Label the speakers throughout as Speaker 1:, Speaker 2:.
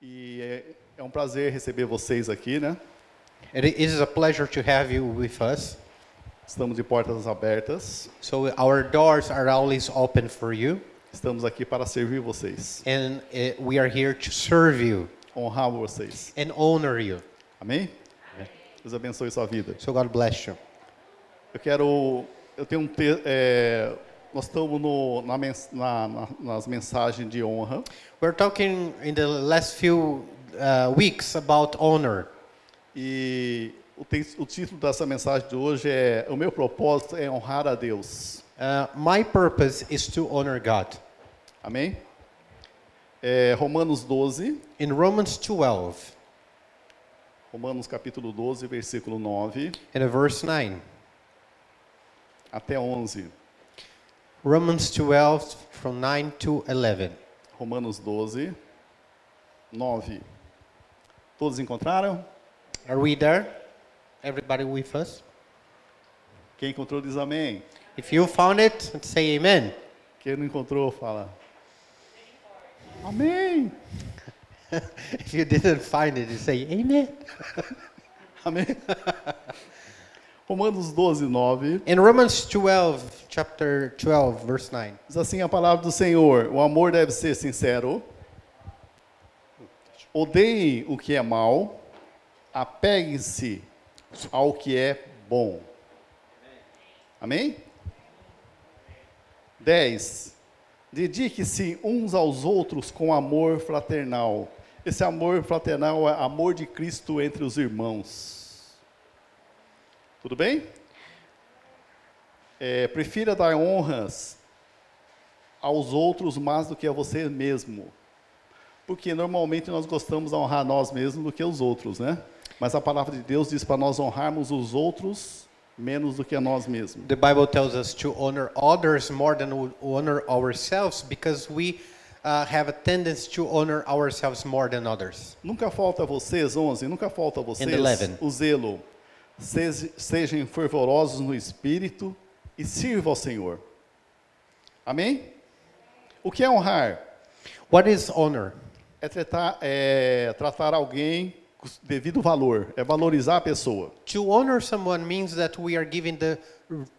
Speaker 1: E é, é um prazer receber vocês aqui, né?
Speaker 2: It is a pleasure to have you with us.
Speaker 1: Estamos de portas abertas.
Speaker 2: So our doors are always open for you,
Speaker 1: Estamos aqui para servir vocês,
Speaker 2: and uh, we are here to serve you
Speaker 1: honrar vocês.
Speaker 2: and honor you.
Speaker 1: Amém? Deus abençoe sua vida.
Speaker 2: So God bless you.
Speaker 1: Eu quero. Eu tenho um. Te, é, nós estamos no, na, mens- na, na, nas mensagens de honra.
Speaker 2: We're talking in the last few uh, weeks about honor,
Speaker 1: E o, te- o título dessa mensagem de hoje é O meu propósito é honrar a Deus.
Speaker 2: Uh, my purpose is to honor God.
Speaker 1: Amém? É, Romanos 12,
Speaker 2: In Romans 12
Speaker 1: Romanos capítulo 12, versículo 9
Speaker 2: and verse 9,
Speaker 1: até 11.
Speaker 2: Romans 12 from 9 to 11.
Speaker 1: Romanos 12, 9. Todos encontraram?
Speaker 2: Are we there? Everybody with us?
Speaker 1: Quem encontrou diz amém.
Speaker 2: If you found it, say amen.
Speaker 1: Quem não encontrou fala amém.
Speaker 2: If you didn't find it, you say amen.
Speaker 1: Amém. Romanos 12, 9.
Speaker 2: In Romans 12, chapter 12, verse 9.
Speaker 1: Diz assim a palavra do Senhor: o amor deve ser sincero. Odeiem o que é mal, apeguem-se ao que é bom. Amém? 10. Dedique-se uns aos outros com amor fraternal. Esse amor fraternal é amor de Cristo entre os irmãos. Tudo bem? É, prefira dar honras aos outros mais do que a você mesmo. Porque normalmente nós gostamos de honrar nós mesmos do que os outros, né? Mas a palavra de Deus diz para nós honrarmos os outros menos do que a nós mesmos.
Speaker 2: The Bible tells us to honor others more than we honor ourselves because we uh, have a tendency to honor ourselves more than others.
Speaker 1: Nunca falta a vocês, 11, nunca falta a vocês
Speaker 2: And 11.
Speaker 1: o zelo. Sej- Sejam fervorosos no espírito e sirvam ao Senhor. Amém? O que é honrar?
Speaker 2: What is honor?
Speaker 1: É tratar, é tratar alguém com devido valor, é valorizar a pessoa.
Speaker 2: To honor someone means that we are giving the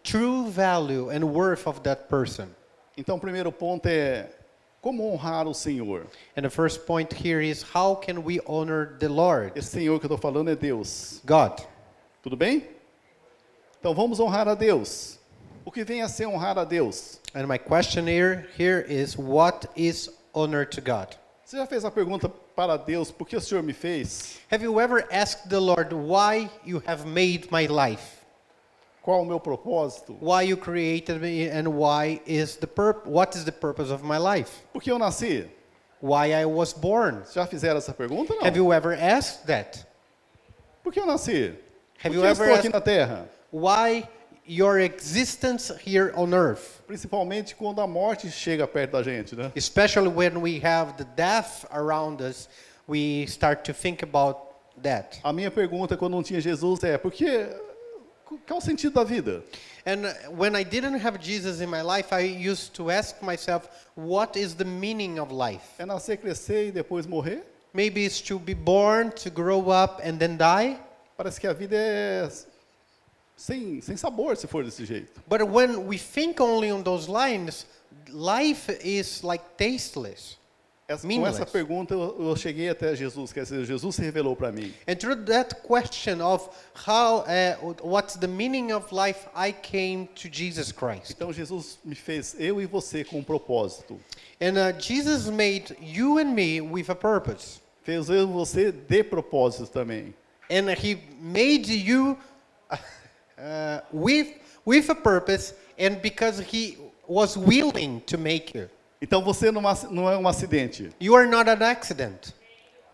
Speaker 2: true value and worth of that person.
Speaker 1: Então, o primeiro ponto é como honrar o Senhor.
Speaker 2: And the first point here is how can we honor the Lord?
Speaker 1: Esse Senhor que eu estou falando é Deus.
Speaker 2: God.
Speaker 1: Tudo bem? Então, vamos honrar a Deus. O que vem a ser honrar a Deus?
Speaker 2: And my question here, here is what is honor to God?
Speaker 1: Você já fez a pergunta para Deus, por que o Senhor me fez?
Speaker 2: Have you ever asked the Lord why you have made my life?
Speaker 1: Qual o meu propósito?
Speaker 2: Why you created me and why is the purp- what is the purpose of my life?
Speaker 1: Por que eu nasci?
Speaker 2: Why I was born?
Speaker 1: Vocês já fizeram essa pergunta? Não.
Speaker 2: Have you ever asked that?
Speaker 1: Por que eu nasci? Por
Speaker 2: Have
Speaker 1: que eu
Speaker 2: you ever
Speaker 1: estou aqui
Speaker 2: asked-
Speaker 1: na Terra?
Speaker 2: Why your existence here on earth?
Speaker 1: Principalmente quando a morte chega perto da gente, né?
Speaker 2: Especially when we have the death around us, we start to think about that.
Speaker 1: A minha pergunta quando não tinha Jesus é, por que... Qual o sentido da vida?
Speaker 2: And when I didn't have Jesus in my life, I used to ask myself, what is the meaning of life?
Speaker 1: É nascer, crescer e depois morrer?
Speaker 2: Maybe it's to be born, to grow up, and then die.
Speaker 1: Parece que a vida é sem, sem sabor se for desse jeito.
Speaker 2: But when we think only on those lines, life is like tasteless.
Speaker 1: Essa, com
Speaker 2: Meaningless.
Speaker 1: essa pergunta eu, eu cheguei até Jesus, quer dizer, Jesus se revelou para mim.
Speaker 2: And through that question of how, uh, what's the meaning of life, I came to Jesus Christ.
Speaker 1: Então Jesus me fez eu e você com um propósito.
Speaker 2: And uh, Jesus made you and me with a purpose.
Speaker 1: Fez eu e você de propósito também.
Speaker 2: and he made you uh, with with a purpose and because he was willing to make you
Speaker 1: Então você não, ac- não é um acidente.
Speaker 2: you are not an accident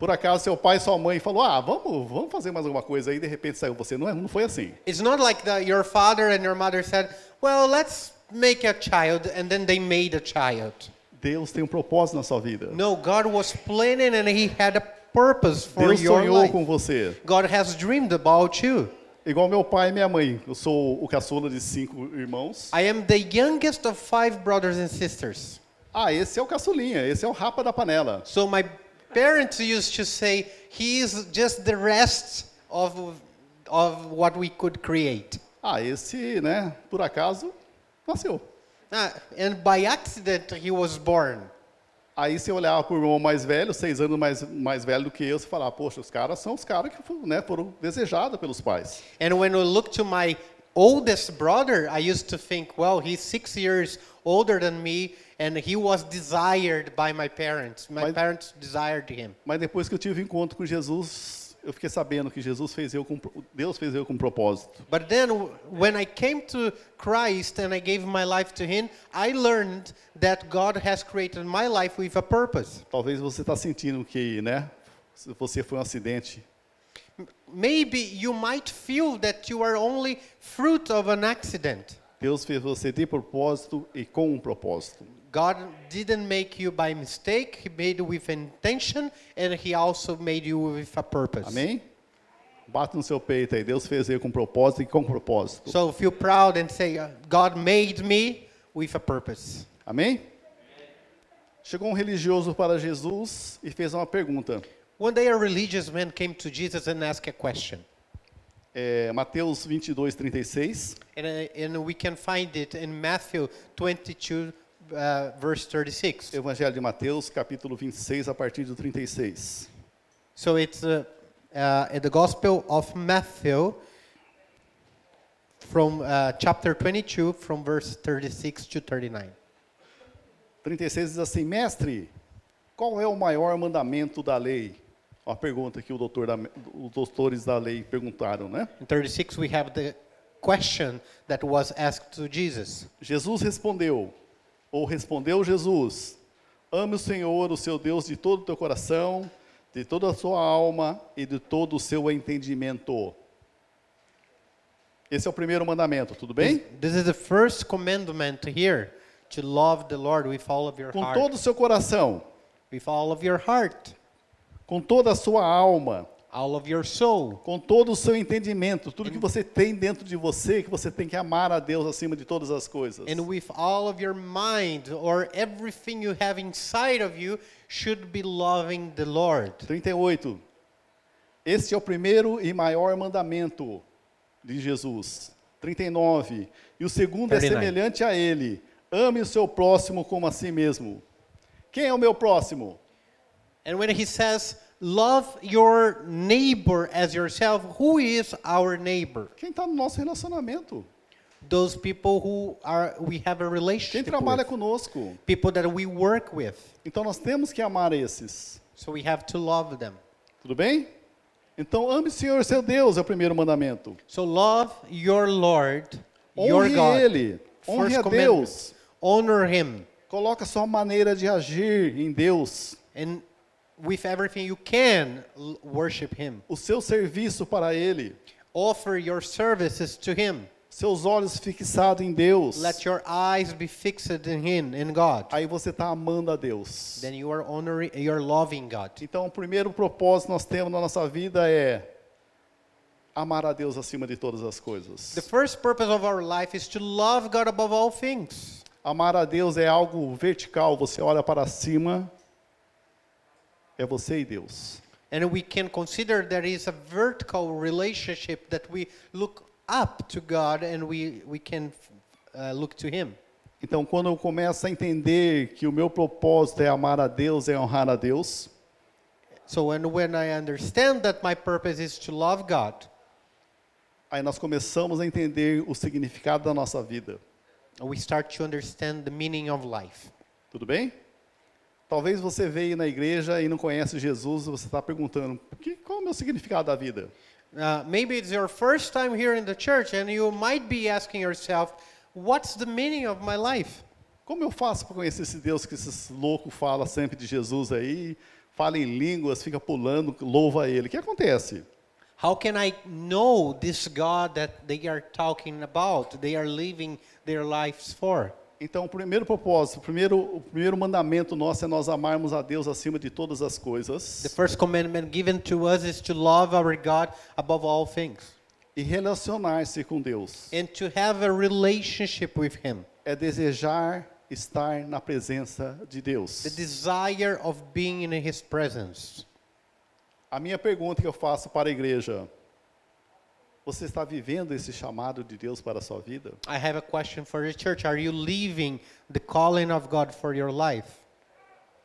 Speaker 1: Por acaso seu pai, sua mãe falou: "Ah, vamos, vamos fazer mais alguma coisa aí", de repente saiu você. Não é, não foi assim.
Speaker 2: it's not like that your father and your mother said well let's make a child and then they made a child
Speaker 1: Deus tem um propósito na sua vida.
Speaker 2: no god was planning and he had a purpose for
Speaker 1: Deus
Speaker 2: your
Speaker 1: sonhou
Speaker 2: life
Speaker 1: com você.
Speaker 2: god has dreamed about you
Speaker 1: Igual meu pai e minha mãe. Eu sou o caçula de cinco irmãos.
Speaker 2: i am the youngest of five brothers and sisters
Speaker 1: Ah, esse é o caçulinha, esse é o rapa da panela.
Speaker 2: so my Parents used to say, He is just the rest of, of what we could create.
Speaker 1: Ah, esse, né, por acaso, nasceu.
Speaker 2: Ah, and by accident, he was born.
Speaker 1: Aí você olhava para o irmão mais velho, seis anos mais, mais velho do que eu, você falava, poxa, os caras são os caras que fo- né, foram desejados pelos pais.
Speaker 2: And when I look to my oldest brother, I used to think, well, he's six years older than me, and he was desired by my parents. My
Speaker 1: Mas-
Speaker 2: parents desired him.
Speaker 1: Mas depois que eu tive o encontro com Jesus, eu fiquei sabendo que Jesus fez eu com, pro- Deus fez eu com propósito.
Speaker 2: But then, w- when I came to Christ and I gave my life to Him, I learned that God has created my life with a purpose.
Speaker 1: Talvez você está sentindo que, né, se você foi um acidente.
Speaker 2: Maybe you might feel that you are only fruit of an accident.
Speaker 1: Deus fez você de propósito e com um propósito.
Speaker 2: God didn't make you by mistake. He made you with intention, and He also made you with a purpose.
Speaker 1: Amém? Bate no seu peito aí. Deus fez eu com propósito e com propósito.
Speaker 2: So feel proud and say, uh, God made me with a purpose.
Speaker 1: Amém? Chegou um religioso para Jesus e fez uma pergunta.
Speaker 2: One day a religious man came to Jesus and asked a question.
Speaker 1: É, Mateus 22, 36.
Speaker 2: And, uh, and we can find it in Matthew 22, uh, verse 36.
Speaker 1: Evangelho de Mateus, capítulo 26, a partir do 36.
Speaker 2: So it's uh, uh, in the Gospel of Matthew from uh, chapter 22, from verse 36 to 39.
Speaker 1: 36 diz assim: Mestre, qual é o maior mandamento da lei? Uma pergunta que o doutor da- os doutores da lei perguntaram, né?
Speaker 2: In 36, we have the question that was asked to Jesus.
Speaker 1: Jesus respondeu, ou respondeu Jesus: Ame o Senhor, o seu Deus, de todo o teu coração, de toda a sua alma e de todo o seu entendimento. Esse é o primeiro mandamento, tudo bem?
Speaker 2: This is the first commandment here to love the Lord with all of your
Speaker 1: Com
Speaker 2: heart.
Speaker 1: todo o seu coração,
Speaker 2: With all of your heart,
Speaker 1: com toda a sua alma,
Speaker 2: all of your soul,
Speaker 1: com todo o seu entendimento, tudo que você tem dentro de você, que você tem que amar a Deus acima de todas as coisas.
Speaker 2: and with all of your mind, or everything you have inside of you should be loving the Lord.
Speaker 1: 38. Este é o primeiro e maior mandamento de Jesus. 39. E o segundo
Speaker 2: 39.
Speaker 1: é semelhante a ele: ame o seu próximo como a si mesmo. Quem é o meu próximo?
Speaker 2: And when he says, love your neighbor as yourself, who is our neighbor?
Speaker 1: Quem está no nosso relacionamento?
Speaker 2: Those people who are we have a
Speaker 1: Quem
Speaker 2: relationship
Speaker 1: trabalha
Speaker 2: with,
Speaker 1: conosco?
Speaker 2: people that we work with.
Speaker 1: Então nós temos que amar esses.
Speaker 2: So we have to love them.
Speaker 1: Tudo bem? Então ame o Senhor, seu Deus, é o primeiro mandamento.
Speaker 2: So love your Lord, your
Speaker 1: Honre
Speaker 2: God.
Speaker 1: ele, honre
Speaker 2: First
Speaker 1: a
Speaker 2: commandment.
Speaker 1: Deus.
Speaker 2: Honor him.
Speaker 1: Coloca sua maneira de agir em Deus.
Speaker 2: And with everything you can, l- worship him.
Speaker 1: o seu serviço para Ele,
Speaker 2: Offer your services to him.
Speaker 1: seus olhos fixados em Deus,
Speaker 2: Let your eyes be fixed in him, in God.
Speaker 1: aí você está amando a Deus.
Speaker 2: Then you are honoring, you're loving God.
Speaker 1: Então, o primeiro propósito que nós temos na nossa vida é amar a Deus acima de todas as coisas.
Speaker 2: The first purpose of our life is to love God above all things.
Speaker 1: Amar a Deus é algo vertical, você olha para cima, é você e Deus.
Speaker 2: And we can consider there is a vertical relationship that we look up to God and we, we can uh, look to him.
Speaker 1: Então, quando eu começo a entender que o meu propósito é amar a Deus, é honrar a Deus,
Speaker 2: So when, when I understand that my purpose is to love God,
Speaker 1: aí nós começamos a entender o significado da nossa vida.
Speaker 2: we start to understand the meaning of life.
Speaker 1: Tudo bem? Talvez você veio na igreja e não conhece Jesus, você está perguntando, que, qual é o meu significado da vida?
Speaker 2: Uh, maybe it's your first time here in the church, and you might be asking yourself, What's the meaning of my life?
Speaker 1: Como eu faço para conhecer esse Deus que esses loucos falam sempre de Jesus aí, fala em línguas, fica pulando, louva ele? O que acontece?
Speaker 2: How can I know this God that they are talking about, they are living their lives for?
Speaker 1: Então, o primeiro propósito, o primeiro, o primeiro mandamento nosso é nós amarmos a Deus acima de todas as
Speaker 2: The
Speaker 1: coisas
Speaker 2: first commandment given to us is to love our God above all things
Speaker 1: e relacionar-se com Deus.
Speaker 2: and to have a relationship with Him.
Speaker 1: É desejar estar na presença de
Speaker 2: the
Speaker 1: Deus.
Speaker 2: desire of being in His presence.
Speaker 1: A minha pergunta que eu faço para a igreja: você está vivendo esse chamado de Deus para a sua vida?
Speaker 2: I have a question for the church. Are you leaving the calling of God for your life?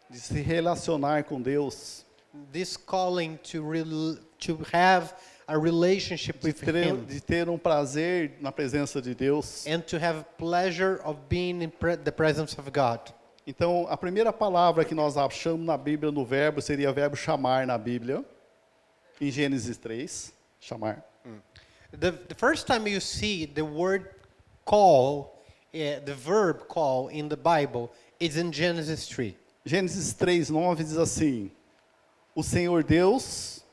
Speaker 1: De se relacionar com Deus,
Speaker 2: This calling to, rel to have a relationship
Speaker 1: de
Speaker 2: with
Speaker 1: ter,
Speaker 2: Him
Speaker 1: de ter um prazer na presença de Deus.
Speaker 2: and to have pleasure of being in pre- the presence of God.
Speaker 1: Então, a primeira palavra que nós achamos na Bíblia no verbo seria o verbo chamar na Bíblia, em Gênesis 3, chamar.
Speaker 2: The, the first time you see the word call, eh, the verb call in the Bible, is in Genesis 3.
Speaker 1: Gênesis 3, 9 diz assim: O Senhor Deus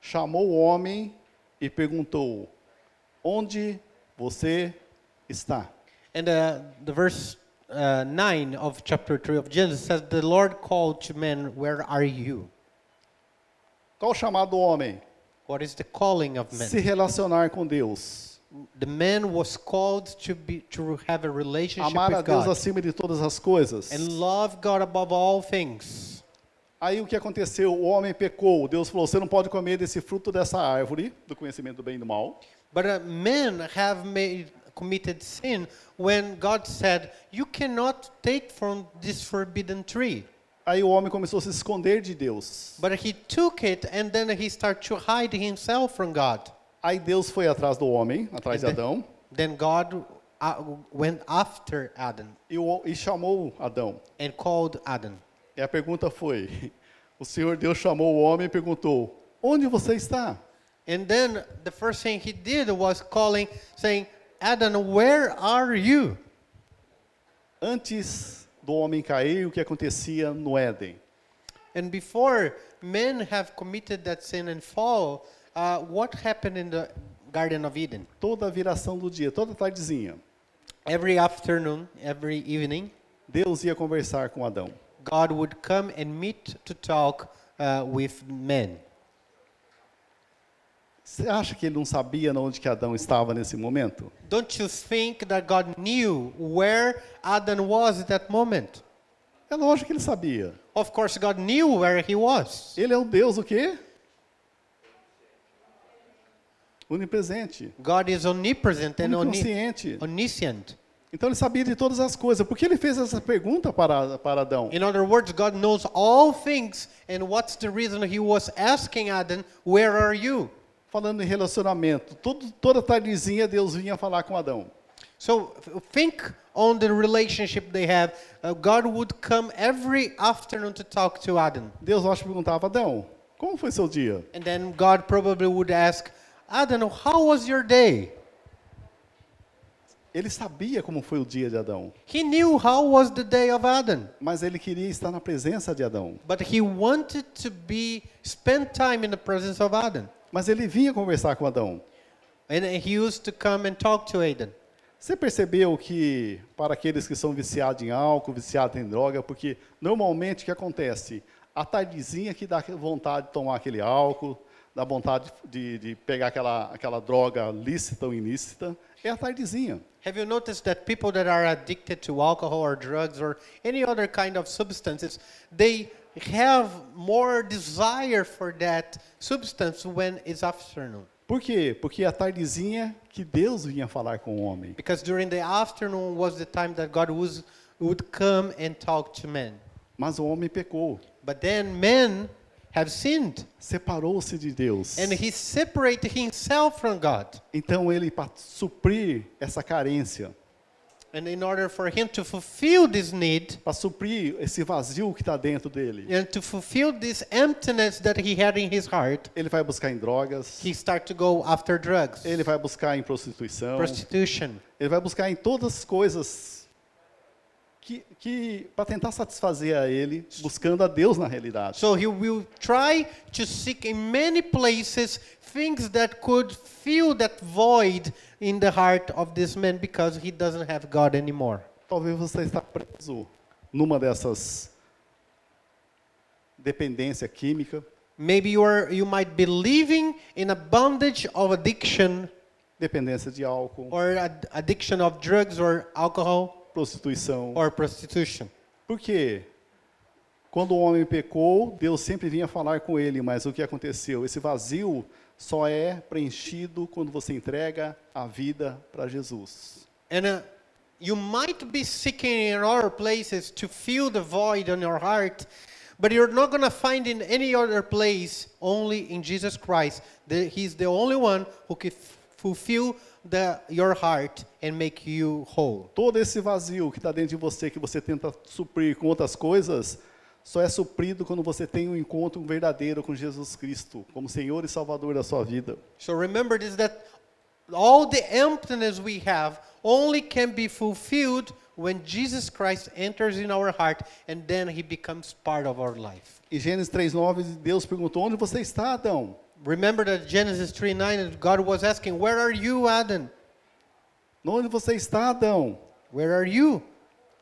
Speaker 1: chamou o homem e perguntou: Onde você está?
Speaker 2: And uh, the verse uh, 9 of chapter 3 of Genesis says, The Lord called to men, Where are you?
Speaker 1: Qual o chamado do homem?
Speaker 2: What is the calling of men?
Speaker 1: Se relacionar com Deus.
Speaker 2: The man was called to, be, to have a relationship
Speaker 1: Amar a
Speaker 2: with
Speaker 1: Deus
Speaker 2: God
Speaker 1: acima de todas as coisas.
Speaker 2: and love God above all things.
Speaker 1: Aí o que aconteceu? O homem pecou. Deus falou: você não pode comer desse fruto dessa árvore, do conhecimento do bem e do mal.
Speaker 2: But uh, men have made, committed sin when God said, You cannot take from this forbidden tree.
Speaker 1: Aí o homem começou a se esconder de Deus.
Speaker 2: But he took it and then he started to hide himself from God.
Speaker 1: Aí Deus foi atrás do homem, atrás de
Speaker 2: Entendi.
Speaker 1: Adão,
Speaker 2: Then God uh, went after Adam
Speaker 1: e, o- e chamou Adão.
Speaker 2: and called Adam.
Speaker 1: E a pergunta foi: o Senhor Deus chamou o homem e perguntou: onde você está?
Speaker 2: And then the first thing he did was calling, saying, Adam, where are you?
Speaker 1: Antes do homem cair, o que acontecia no Éden?
Speaker 2: And before men have committed that sin and fall, uh, what happened in the Garden of Eden?
Speaker 1: Toda a viração do dia, toda a tardezinha,
Speaker 2: Every afternoon, every evening,
Speaker 1: Deus ia conversar com Adão.
Speaker 2: God would come and meet to talk uh, with men.
Speaker 1: Você acha que ele não sabia onde que Adão estava nesse momento?
Speaker 2: Don't you think that God knew where Adam was at that moment?
Speaker 1: É lógico que ele sabia.
Speaker 2: Of course, God knew where he was.
Speaker 1: Ele é o Deus o quê? Onipresente.
Speaker 2: God is omnipresent and omni-
Speaker 1: Onisciente.
Speaker 2: omniscient.
Speaker 1: Então ele sabia de todas as coisas. Por que ele fez essa pergunta para, para Adão?
Speaker 2: In other words, God knows all things, and what's the reason he was asking Adam, Where are you?
Speaker 1: Falando em relacionamento. Todo, toda tardezinha Deus vinha falar com Adão.
Speaker 2: So f- think on the relationship they have. Uh, God would come every afternoon to talk to Adam.
Speaker 1: Deus, eu acho, perguntava, Adão, como foi seu dia?
Speaker 2: And then God probably would ask, Adam, how was your day?
Speaker 1: Ele sabia como foi o dia de Adão.
Speaker 2: He knew how was the day of Adam,
Speaker 1: Mas ele queria estar na presença de Adão.
Speaker 2: but he wanted to be spend time in the presence of Adam.
Speaker 1: Mas ele vinha conversar com Adão.
Speaker 2: And he used to come and talk to Adam.
Speaker 1: Você percebeu que para aqueles que são viciados em álcool, viciados em droga, porque normalmente o que acontece? A tardezinha que dá vontade de tomar aquele álcool, dá vontade de, de pegar aquela, aquela droga lícita ou ilícita, é a tardezinha.
Speaker 2: Have you noticed that people that are addicted to alcohol or drugs or any other kind of substances, they have more desire for that substance when it's afternoon?
Speaker 1: Por quê? Porque é a tardezinha que Deus vinha falar com o homem.
Speaker 2: Because during the afternoon was the time that God was, would come and talk to men.
Speaker 1: Mas o homem pecou,
Speaker 2: But then men have sinned
Speaker 1: separou-se de Deus.
Speaker 2: and he separated himself from God.
Speaker 1: Então ele, para suprir essa carência,
Speaker 2: And in order for him to fulfill this need
Speaker 1: para suprir esse vazio que está dentro dele,
Speaker 2: and to fulfill this emptiness that he had in his heart,
Speaker 1: ele vai buscar em drogas.
Speaker 2: he started to go after drugs,
Speaker 1: Ele vai buscar em prostituição,
Speaker 2: prostitution.
Speaker 1: ele vai buscar em todas as coisas que, que para tentar satisfazer a ele, buscando a Deus na realidade.
Speaker 2: So he will try to seek in many places things that could fill that void in the heart of this man because he doesn't have God anymore.
Speaker 1: Talvez você está preso numa dessas dependência química,
Speaker 2: Maybe you are you might be living in a bondage of addiction
Speaker 1: dependência de álcool,
Speaker 2: or ad- addiction of drugs or alcohol
Speaker 1: prostituição.
Speaker 2: or prostitution.
Speaker 1: Porque quando o homem pecou, Deus sempre vinha falar com ele, mas o que aconteceu? Esse vazio só é preenchido quando você entrega a vida para Jesus.
Speaker 2: And uh, you might be seeking in other places to fill the void on your heart, but you're not going to find in any other place, only in Jesus Christ. The, he's the only one who can f- fulfill the, your heart and make you whole.
Speaker 1: Todo esse vazio que está dentro de você, que você tenta suprir com outras coisas, só é suprido quando você tem um encontro verdadeiro com Jesus Cristo, como Senhor e Salvador da sua vida.
Speaker 2: So remember this that all the emptiness we have only can be fulfilled when Jesus Christ enters in our heart and then he becomes part of our life.
Speaker 1: Em Gênesis 3,9, Deus perguntou: Onde você está, Adão?
Speaker 2: Remember that Genesis 3 9, God was asking, Where are you, Adam?
Speaker 1: Onde você está, Adão?
Speaker 2: Where are you?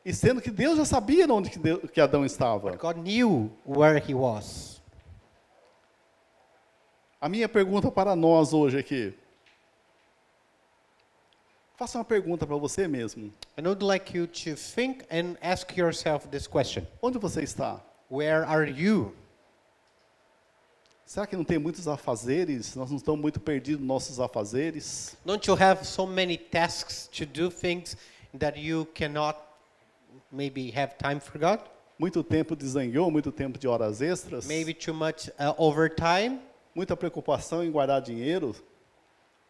Speaker 1: E sendo que Deus já sabia onde que, Deu- que Adão estava.
Speaker 2: God knew where he was.
Speaker 1: A minha pergunta para nós hoje aqui. Faça uma pergunta para você mesmo.
Speaker 2: And I would like you to think and ask yourself this question
Speaker 1: Onde você está?
Speaker 2: Where are you?
Speaker 1: Será que não tem muitos afazeres? Nós não estamos muito perdidos nos nossos afazeres?
Speaker 2: Don't you have so many tasks to do things that you cannot maybe have time for God?
Speaker 1: Muito tempo de zanhou, muito tempo de horas extras?
Speaker 2: Maybe too much uh, overtime,
Speaker 1: Muita preocupação em guardar dinheiro,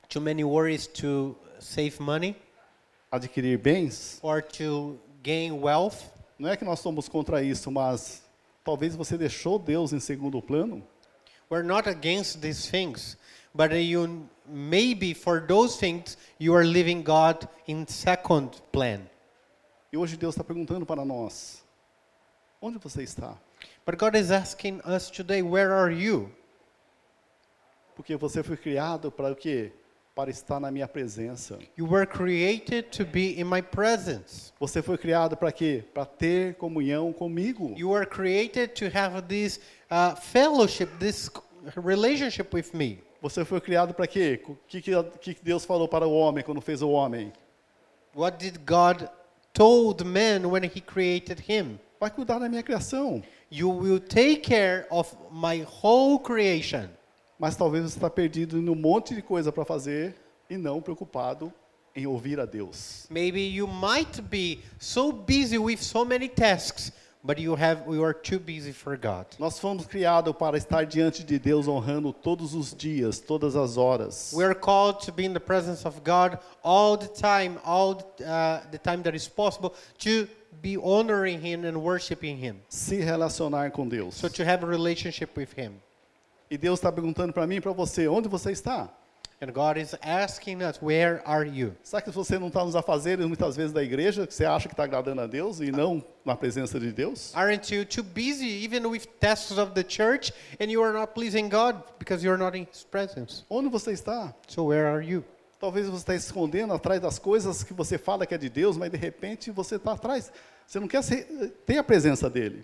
Speaker 2: too many worries to save money
Speaker 1: adquirir bens?
Speaker 2: or to gain wealth.
Speaker 1: Não é que nós somos contra isso, mas talvez você deixou Deus em segundo plano?
Speaker 2: We're not against these things, but you maybe for those things you are leaving God in second plan.
Speaker 1: E hoje Deus está perguntando para nós: Onde você está?
Speaker 2: But God is asking us today, where are you?
Speaker 1: Porque você foi criado para o quê? Para estar na minha presença.
Speaker 2: You were created to be in my presence.
Speaker 1: Você foi criado para quê? Para ter comunhão comigo.
Speaker 2: You were created to have this uh, fellowship, this relationship with me.
Speaker 1: Você foi criado para quê? O que, que, que que Deus falou para o homem quando fez o homem?
Speaker 2: What did God told man when he created him?
Speaker 1: Vai cuidar da minha criação.
Speaker 2: You will take care of my whole creation.
Speaker 1: Mas talvez você está perdido em um monte de coisa para fazer e não preocupado em ouvir a Deus.
Speaker 2: Maybe you might be so busy with so many tasks, but you have you are too busy for God.
Speaker 1: Nós fomos criados para estar diante de Deus honrando todos os dias, todas as horas.
Speaker 2: We are called to be in the presence of God all the time, all the, uh, the time that is possible, to be honoring Him and worshiping Him.
Speaker 1: Se relacionar com Deus.
Speaker 2: So to have a relationship with Him.
Speaker 1: E Deus está perguntando para mim e para você, onde você está?
Speaker 2: And God is asking us, where are you?
Speaker 1: Será que você não está nos afazeres muitas vezes da igreja, que você acha que está agradando a Deus e não na presença de Deus?
Speaker 2: Aren't you too busy even with tasks of the church and you are not pleasing God because you're not in His presence?
Speaker 1: Onde você está?
Speaker 2: So where are you?
Speaker 1: Talvez você está escondendo atrás das coisas que você fala que é de Deus, mas de repente você está atrás. Você não quer ser- ter a presença dele.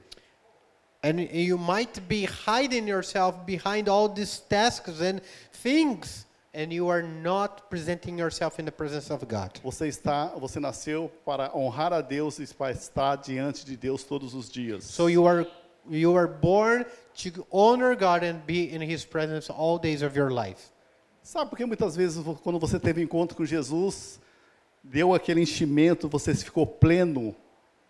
Speaker 2: And you might be hiding yourself behind all these tasks and things, and you are not presenting yourself in the presence of God.
Speaker 1: Você está, você nasceu para honrar a Deus e para estar diante de Deus todos os dias.
Speaker 2: So you are you are born to honor God and be in His presence all days of your life.
Speaker 1: Sabe por que muitas vezes vo- quando você teve encontro com Jesus, deu aquele enchimento, você ficou pleno,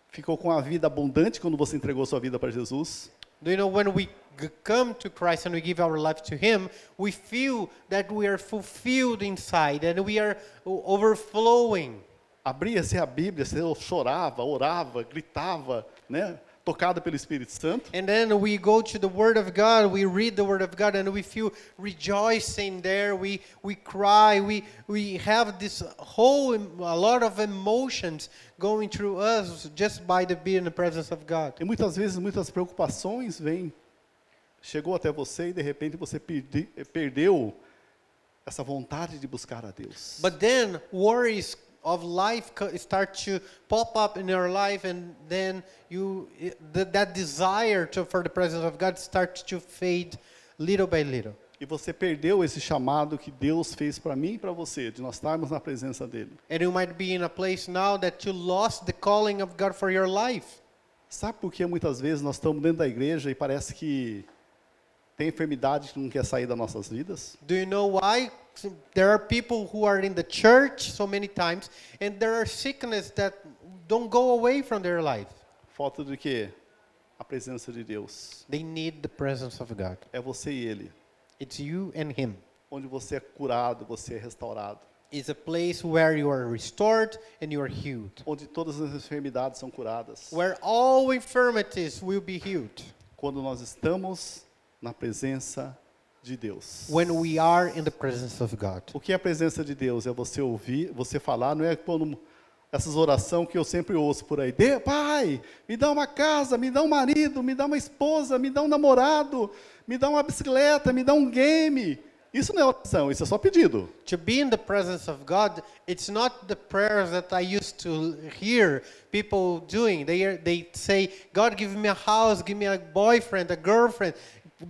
Speaker 1: ficou com a vida abundante quando você entregou sua vida para Jesus?
Speaker 2: Do you know when we g- come to Christ and we give our life to Him, we feel that we are fulfilled inside and we are o- overflowing.
Speaker 1: Abria-se assim, a Bíblia, você chorava, orava, gritava, né? Tocado pelo Espírito Santo.
Speaker 2: And then we go to the Word of God, we read the Word of God, and we feel rejoicing there. We, we cry, we, we have this whole, em- a lot of emotions going through us just by the being in the presence of God.
Speaker 1: E muitas vezes muitas preocupações vêm. Chegou até você e de repente você perde- perdeu essa vontade de buscar a Deus.
Speaker 2: But then worries of life co- start to pop up in your life, and then you th- that desire to, for the presence of God starts to fade little by little.
Speaker 1: E E você perdeu esse chamado que Deus fez para mim e para você, de nós estarmos na presença dele.
Speaker 2: And you might be in a place now that you lost the calling of God for your life.
Speaker 1: Sabe por que muitas vezes nós estamos dentro da igreja e parece que tem enfermidade que não quer sair das nossas vidas?
Speaker 2: Do you know why? There are people who are in the church so many times, and there are sickness that don't go away from their life.
Speaker 1: Falta de quê? A presença de Deus.
Speaker 2: They need the presence of God.
Speaker 1: É você e ele.
Speaker 2: It's you and Him.
Speaker 1: Onde você é curado, você é restaurado.
Speaker 2: It's a place where you are restored and you are healed,
Speaker 1: Onde todas as enfermidades são curadas.
Speaker 2: where all infirmities will be healed
Speaker 1: Quando nós estamos na presença de Deus.
Speaker 2: when we are in the presence of God.
Speaker 1: O que é a presença de Deus? É você ouvir, você falar, não é quando essas orações que eu sempre ouço por aí. "Dê- pai, me dá uma casa, me dá um marido, me dá uma esposa, me dá um namorado, me dá uma bicicleta, me dá um game. Isso não é oração, isso é só pedido.
Speaker 2: To be in the presence of God, it's not the prayers that I used to hear people doing. They, are, they say, God, give me a house, give me a boyfriend, a girlfriend.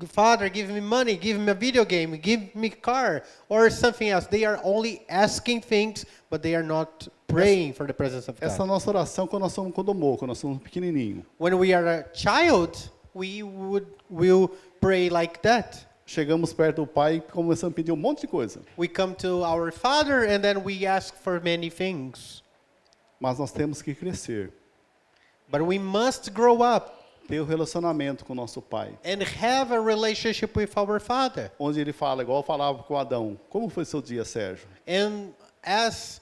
Speaker 2: Father, give me money, give me a video game, give me car, or something else. They are only asking things, but they are not praying for the presence of
Speaker 1: Essa é a
Speaker 2: God.
Speaker 1: nossa oração quando nós somos condomô, quando nós somos pequenininho.
Speaker 2: When we are a child, we would will pray like that.
Speaker 1: Chegamos perto do pai e começamos a pedir um monte de coisa.
Speaker 2: We come to our Father, and then we ask for many things.
Speaker 1: Mas nós temos que crescer,
Speaker 2: But we must grow up.
Speaker 1: ter o relacionamento com o nosso pai.
Speaker 2: and have a relationship with our Father.
Speaker 1: Onde ele fala, igual eu falava com Adão, como foi seu dia, Sérgio?
Speaker 2: And as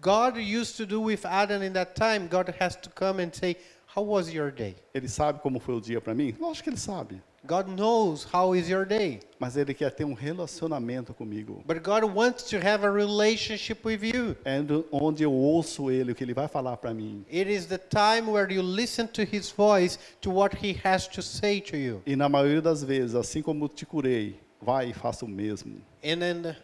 Speaker 2: God used to do with Adam in that time, God has to come and say, How was your day?
Speaker 1: Ele sabe como foi o dia para mim? Lógico que ele sabe.
Speaker 2: God knows how is your day.
Speaker 1: Mas ele quer ter um relacionamento comigo.
Speaker 2: But God wants to have a relationship with you.
Speaker 1: É do- onde eu ouço ele, o que ele vai falar para mim.
Speaker 2: It is the time where you listen to his voice, to what he has to say to you.
Speaker 1: E na maioria das vezes, assim como eu te curei, vai e faça o mesmo.
Speaker 2: And then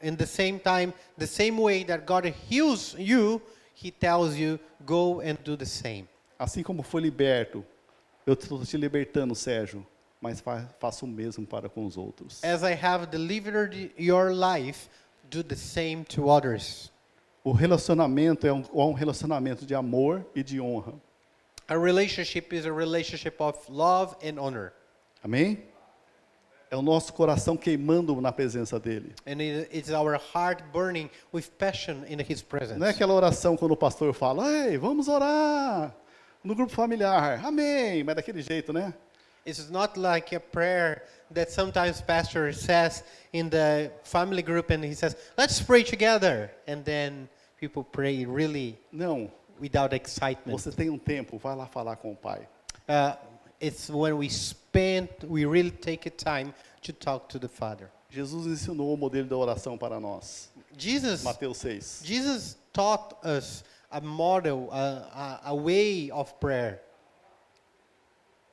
Speaker 2: in the same time, the same way that God heals you, he tells you, go and do the same.
Speaker 1: Assim como foi liberto, eu estou te libertando, Sérgio, mas fa faça o mesmo para com os outros.
Speaker 2: As I have delivered your life, do the same to others.
Speaker 1: O relacionamento é um, é um relacionamento de amor e de honra.
Speaker 2: A relationship is a relationship of love and honor.
Speaker 1: Amém? É o nosso coração queimando na presença dele.
Speaker 2: And it- it's our heart burning with passion in His
Speaker 1: Não é
Speaker 2: presence.
Speaker 1: aquela oração quando o pastor fala, ei, vamos orar no grupo familiar, amém, mas daquele jeito, né?
Speaker 2: It's not like a prayer that sometimes pastor says in the family group and he says, let's pray together. And then people pray really
Speaker 1: Não,
Speaker 2: without excitement.
Speaker 1: você tem um tempo, vai lá falar com o pai.
Speaker 2: Uh, it's when we spend, we really take a time to talk to the Father.
Speaker 1: Jesus ensinou o modelo da oração para nós,
Speaker 2: Jesus
Speaker 1: Mateus 6.
Speaker 2: Jesus taught us a model, a, a, a way of prayer.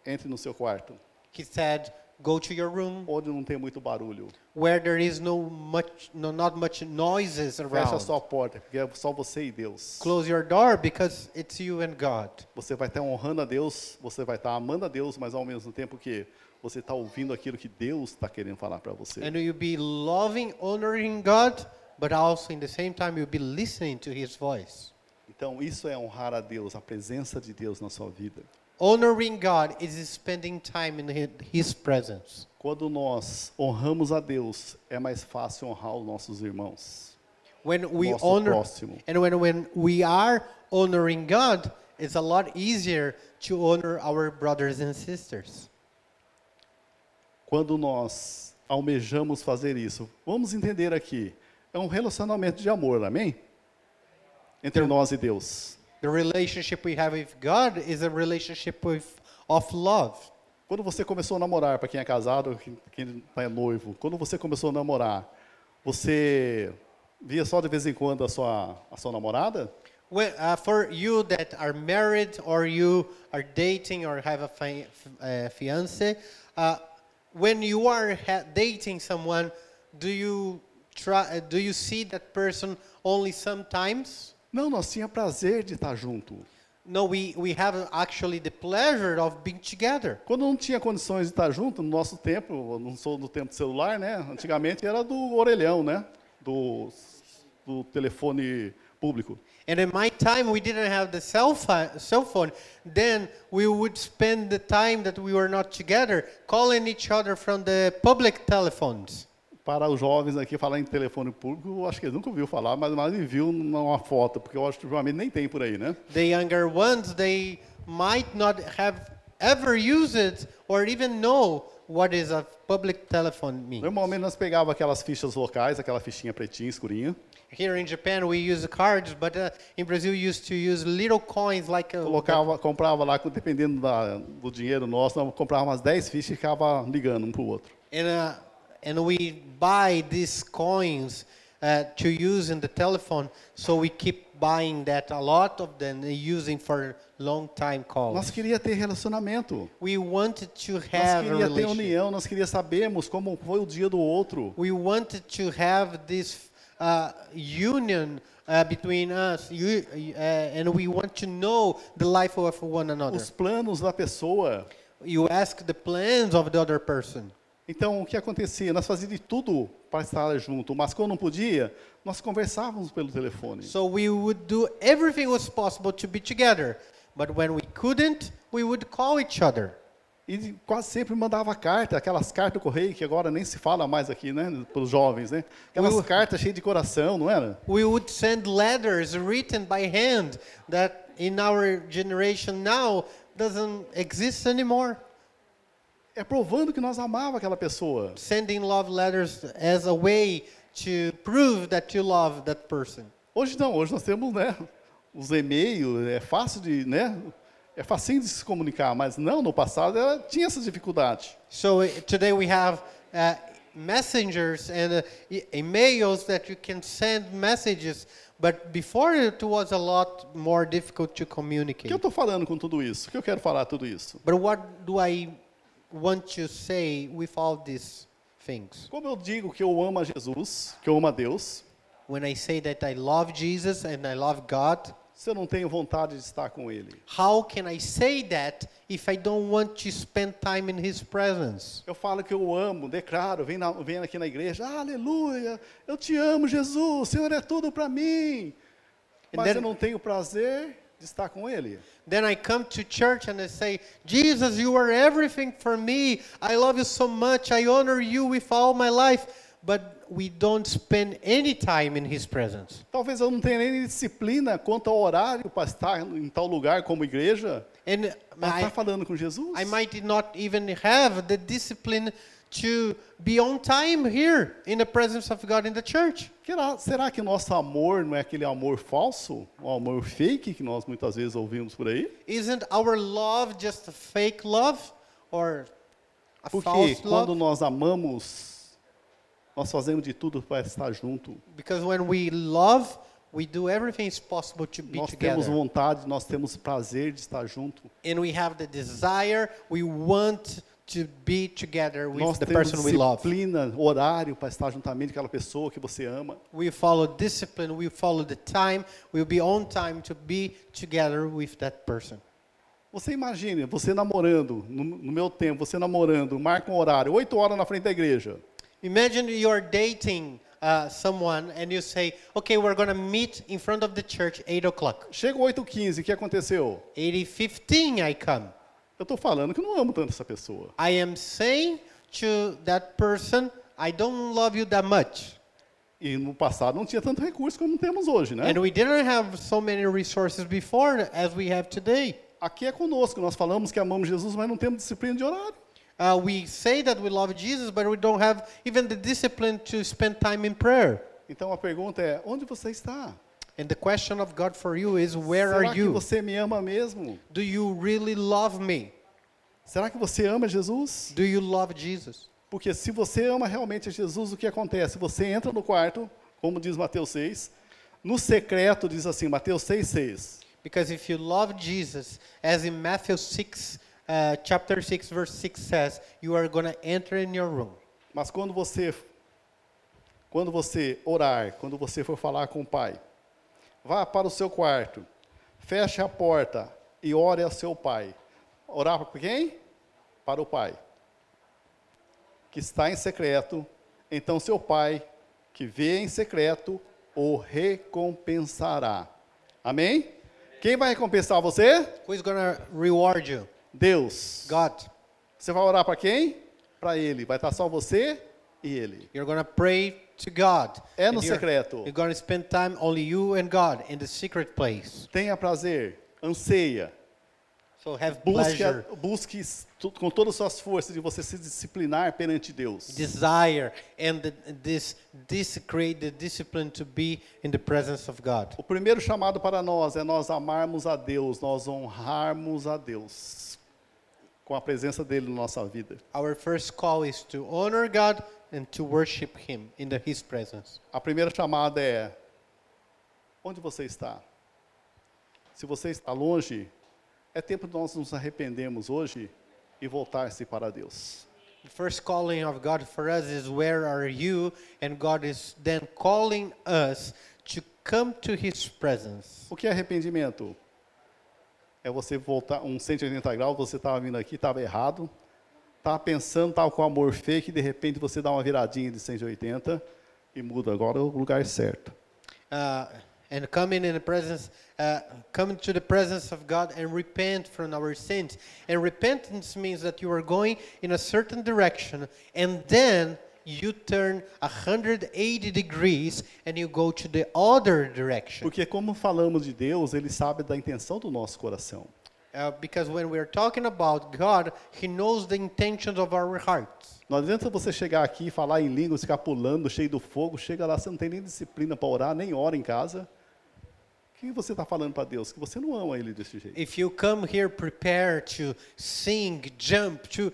Speaker 1: Entre no seu quarto,
Speaker 2: He said, "Go to your room
Speaker 1: onde não tem muito barulho,
Speaker 2: where there is no much, no, not much noises
Speaker 1: fecha a
Speaker 2: around.
Speaker 1: sua porta, porque é só você e Deus.
Speaker 2: Close your door because it's you and God.
Speaker 1: Você vai estar honrando a Deus, você vai estar amando a Deus, mas ao mesmo tempo que você está ouvindo aquilo que Deus está querendo falar para você.
Speaker 2: And you'll be loving, honoring God, but also in the same time you'll be listening to His voice.
Speaker 1: Então isso é honrar a Deus, a presença de Deus na sua vida.
Speaker 2: Honoring God is spending time in His- His presence.
Speaker 1: Quando nós honramos a Deus, é mais fácil honrar os nossos irmãos.
Speaker 2: when we
Speaker 1: Nosso
Speaker 2: honor
Speaker 1: próximo.
Speaker 2: and when when we are honoring God, it's a lot easier to honor our brothers and sisters.
Speaker 1: Quando nós almejamos fazer isso, vamos entender aqui, é um relacionamento de amor, amém? Entre nós e Deus.
Speaker 2: The relationship we have with God is a relationship with of love.
Speaker 1: Quando você começou a namorar, para quem é casado, quem- quem é noivo, quando você começou a namorar, você via só de vez em quando a sua, a sua namorada?
Speaker 2: Well, uh, for you that are married or you are dating or have a fi- uh, fiance, uh, when you are ha- dating someone, do you try? uh, do you see that person only sometimes?
Speaker 1: Não, nós tinha prazer de estar tá junto.
Speaker 2: No, we, we have actually the pleasure of being together.
Speaker 1: Quando não tinha condições de estar junto, no nosso tempo, eu não sou do tempo do celular, né? Antigamente era do orelhão, né? Do, do telefone público.
Speaker 2: And in my time, we didn't have the cell, phi- cell phone. Then we would spend the time that we were not together calling each other from the public telephones.
Speaker 1: Para os jovens aqui falar em telefone público, eu acho que eles nunca ouviram falar, mas, mas me viu numa foto, porque eu acho que ultimamente nem tem por aí, né?
Speaker 2: The younger ones, they might not have ever used it or even know what is a public telephone mean.
Speaker 1: Normalmente nós pegava aquelas fichas locais, aquela fichinha pretinha, escurinha,
Speaker 2: Here in Japan, we use cards, but uh, in Brazil, we used to use little coins like a.
Speaker 1: colocava, comprava lá, dependendo da- do dinheiro nosso, nós comprava umas 10 fichas e ficava ligando um para o outro.
Speaker 2: And, uh, and we buy these coins uh, to use in the telephone, so we keep buying that a lot of them, and using for long time calls.
Speaker 1: Nós queria ter relacionamento.
Speaker 2: we wanted to
Speaker 1: Nós
Speaker 2: have
Speaker 1: queria
Speaker 2: a
Speaker 1: ter
Speaker 2: relationship.
Speaker 1: união, nós queria sabermos como foi o dia do outro.
Speaker 2: We wanted to have this uh, union uh, between us, you, uh, and we want to know the life of one another.
Speaker 1: Os planos da pessoa.
Speaker 2: You ask the plans of the other person.
Speaker 1: Então, o que acontecia? Nós fazíamos de tudo para estar junto, mas quando não podia, nós conversávamos pelo telefone.
Speaker 2: So we would do everything was possible to be together. But when we couldn't, we would call each other.
Speaker 1: E de- quase sempre mandava carta, aquelas cartas do correio, que agora nem se fala mais aqui, né, para os jovens, né? Aquelas
Speaker 2: Ui.
Speaker 1: cartas cheias de coração, não era?
Speaker 2: We would send letters written by hand that in our generation now doesn't exist anymore.
Speaker 1: É provando que nós amava aquela pessoa.
Speaker 2: Sending love letters as a way to prove that you love that person.
Speaker 1: Hoje não, hoje nós temos, né, os e-mails, é fácil de, né, é facinho de se comunicar, mas não, no passado ela tinha essa dificuldade.
Speaker 2: So uh, today we have uh, messengers and uh, e- emails that you can send messages, but before it was a lot more difficult to
Speaker 1: O
Speaker 2: communicate.
Speaker 1: que eu estou falando com tudo isso? O que eu quero falar tudo isso?
Speaker 2: But what do I want to say with all these things?
Speaker 1: Como eu digo que eu amo a Jesus, que eu amo a Deus,
Speaker 2: When I say that I love Jesus and I love God,
Speaker 1: se eu não tenho vontade de estar com Ele?
Speaker 2: how can I say that if I don't want to spend time in His presence?
Speaker 1: Eu falo que eu amo, declaro, vem, na- vem aqui na igreja, aleluia, eu te amo, Jesus, o Senhor é tudo para mim.
Speaker 2: And
Speaker 1: Mas
Speaker 2: then-
Speaker 1: eu não tenho prazer de estar com Ele.
Speaker 2: Then I come to church and I say, Jesus, you are everything for me. I love you so much. I honor you with all my life. But we don't spend any time in His presence.
Speaker 1: Talvez eu não tenha nem disciplina quanto ao horário para estar em tal lugar como igreja,
Speaker 2: And
Speaker 1: mas
Speaker 2: I,
Speaker 1: está falando com Jesus.
Speaker 2: I might not even have the discipline to be on time here in the presence of God in the church.
Speaker 1: Será, será que nosso amor não é aquele amor falso, o amor fake que nós muitas vezes ouvimos por aí?
Speaker 2: Isn't our love just a fake love or a
Speaker 1: Porque
Speaker 2: false
Speaker 1: quando
Speaker 2: love?
Speaker 1: nós amamos, nós fazemos de tudo para estar junto.
Speaker 2: Because when we love, we do everything is possible to be
Speaker 1: Nós
Speaker 2: together.
Speaker 1: temos um vontade, nós temos prazer de estar junto.
Speaker 2: and we have the desire, we want to be together with
Speaker 1: Nós
Speaker 2: the
Speaker 1: temos
Speaker 2: person we love.
Speaker 1: disciplina, horário para estar juntamente com aquela pessoa que você ama.
Speaker 2: We follow discipline, we follow the time, we'll be on time to be together with that person.
Speaker 1: Você imagina, você namorando, no, no meu tempo, você namorando, marca um horário, 8 horas na frente da igreja.
Speaker 2: Imagine you're dating uh, someone and you say, okay, we're going to meet in front of the church 8 o'clock.
Speaker 1: Chega 8h15, o que aconteceu?
Speaker 2: 8.15 I come.
Speaker 1: Eu estou falando que eu não amo tanto essa pessoa.
Speaker 2: I am saying to that person, I don't love you that much.
Speaker 1: E no passado não tinha tanto recurso como temos hoje, né?
Speaker 2: And we didn't have so many resources before as we have today.
Speaker 1: Aqui é conosco, nós falamos que amamos Jesus, mas não temos disciplina de horário.
Speaker 2: Uh, we say that we love Jesus, but we don't have even the discipline to spend time in prayer.
Speaker 1: Então a pergunta é, onde você está?
Speaker 2: And the question of God for you is, where
Speaker 1: Será
Speaker 2: are
Speaker 1: que
Speaker 2: you?
Speaker 1: você me ama mesmo?
Speaker 2: Do you really love me?
Speaker 1: Será que você ama Jesus?
Speaker 2: Do you love Jesus?
Speaker 1: Porque se você ama realmente a Jesus, o que acontece? Você entra no quarto, como diz Mateus 6, no secreto diz assim, Mateus 6, 6.
Speaker 2: Because if you love Jesus, as in Matthew 6, uh, chapter 6, verse 6 says, you are going to enter in your room.
Speaker 1: Mas quando você quando você orar, quando você for falar com o Pai, vá para o seu quarto, feche a porta, e ore a seu pai. Orar para quem? Para o pai. Que está em secreto, então seu pai, que vê em secreto, o recompensará. Amém? Quem vai recompensar você?
Speaker 2: Who is going to reward you?
Speaker 1: Deus.
Speaker 2: God.
Speaker 1: Você vai orar para quem? Para ele. Vai estar só você e ele.
Speaker 2: You're going to pray to God.
Speaker 1: É no
Speaker 2: And you're-
Speaker 1: secreto.
Speaker 2: You're going to spend time only you and God in the secret place.
Speaker 1: Tenha prazer, anseia,
Speaker 2: So have
Speaker 1: busque, a-
Speaker 2: pleasure,
Speaker 1: busque s- tu- com todas as suas forças de você se disciplinar perante Deus.
Speaker 2: desire, and the, this this create the discipline to be in the presence of God.
Speaker 1: O primeiro chamado para nós é nós amarmos a Deus, nós honrarmos a Deus com a presença dele na nossa vida.
Speaker 2: Our first call is to honor God and to worship Him in the, His presence.
Speaker 1: A primeira chamada é: onde você está? Se você está longe, é tempo de nós nos arrependermos hoje e voltar-se para Deus.
Speaker 2: The first calling of God for us is where are you? And God is then calling us to come to His presence.
Speaker 1: O que é arrependimento? É você voltar um 180 graus, você estava vindo aqui, estava errado, estava pensando, estava com amor fake, de repente você dá uma viradinha de 180 e muda agora é o lugar certo.
Speaker 2: Uh, and coming in the presence, uh, coming to the presence of God and repent from our sins. And repentance means that you are going in a certain direction and then you turn 180 degrees and you go to the other direction.
Speaker 1: Porque como falamos de Deus, ele sabe da intenção do nosso coração.
Speaker 2: Uh, because when we're talking about God, He knows the intentions of our hearts.
Speaker 1: Não adianta você chegar aqui, falar em línguas, ficar pulando, cheio do fogo, chega lá, você não tem nem disciplina para orar, nem ora em casa. O que você está falando para Deus? Que você não ama Ele desse jeito.
Speaker 2: If you come here prepared to sing, jump, to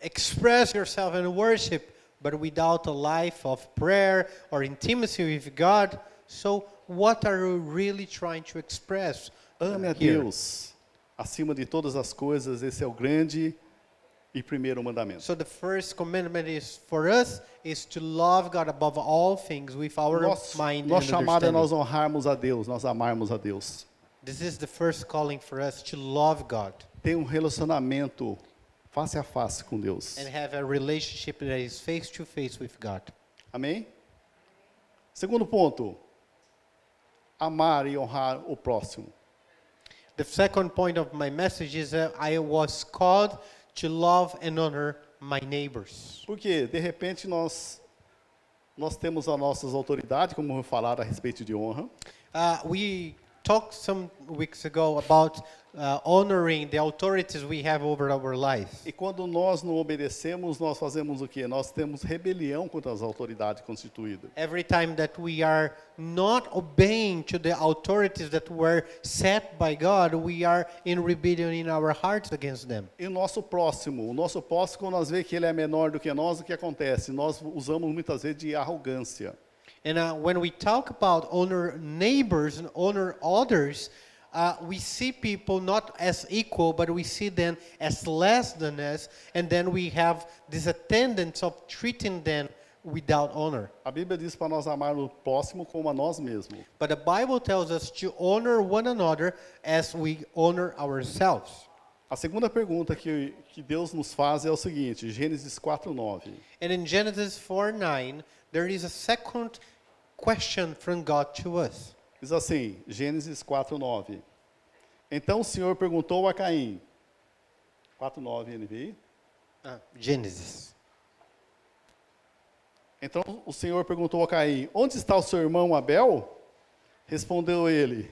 Speaker 2: express yourself and worship, but without a life of prayer or intimacy with God, so what are you really trying to express? uh,
Speaker 1: Ame a
Speaker 2: here?
Speaker 1: Deus acima de todas as coisas, esse é o grande e primeiro mandamento.
Speaker 2: So the first commandment is for us is to love God above all things with our
Speaker 1: Nosso,
Speaker 2: mind
Speaker 1: nosso
Speaker 2: and
Speaker 1: chamado é
Speaker 2: understanding.
Speaker 1: nós honrarmos a Deus, nós amarmos a Deus.
Speaker 2: This is the first calling for us to love God
Speaker 1: Ter um relacionamento face a face com Deus.
Speaker 2: and have a relationship that is face to face with God.
Speaker 1: Amém? Segundo ponto, amar e honrar o próximo.
Speaker 2: The second point of my message is that I was called to love and honor my neighbors.
Speaker 1: Porque, de repente, nós, nós temos as nossas autoridades, como eu falar a respeito de honra.
Speaker 2: Uh, we talked some weeks ago about uh, honoring the authorities we have over our life.
Speaker 1: E quando nós não obedecemos, nós fazemos o quê? Nós temos rebelião contra as autoridades constituídas.
Speaker 2: Every time that we are not obeying to the authorities that were set by God, we are in rebellion in our hearts against them.
Speaker 1: E o nosso próximo, o nosso próximo, quando nós vê que ele é menor do que nós, o que acontece? Nós usamos muitas vezes de arrogância.
Speaker 2: And uh, when we talk about honor neighbors and honor others, uh, we see people not as equal, but we see them as less than us, and then we have this attendance of treating them without honor.
Speaker 1: A Bíblia diz para nós amar o próximo como a nós mesmos.
Speaker 2: But the Bible tells us to honor one another as we honor ourselves.
Speaker 1: A segunda pergunta que, que Deus nos faz é o seguinte, Gênesis 4:9.
Speaker 2: And in Genesis 4 9, there is a second question from God to us.
Speaker 1: Diz assim, Gênesis 4:9. Então o Senhor perguntou a Caim. 4:9 NVI.
Speaker 2: Uh, Genesis.
Speaker 1: Então o Senhor perguntou a Caim: Onde está o seu irmão Abel? Respondeu ele: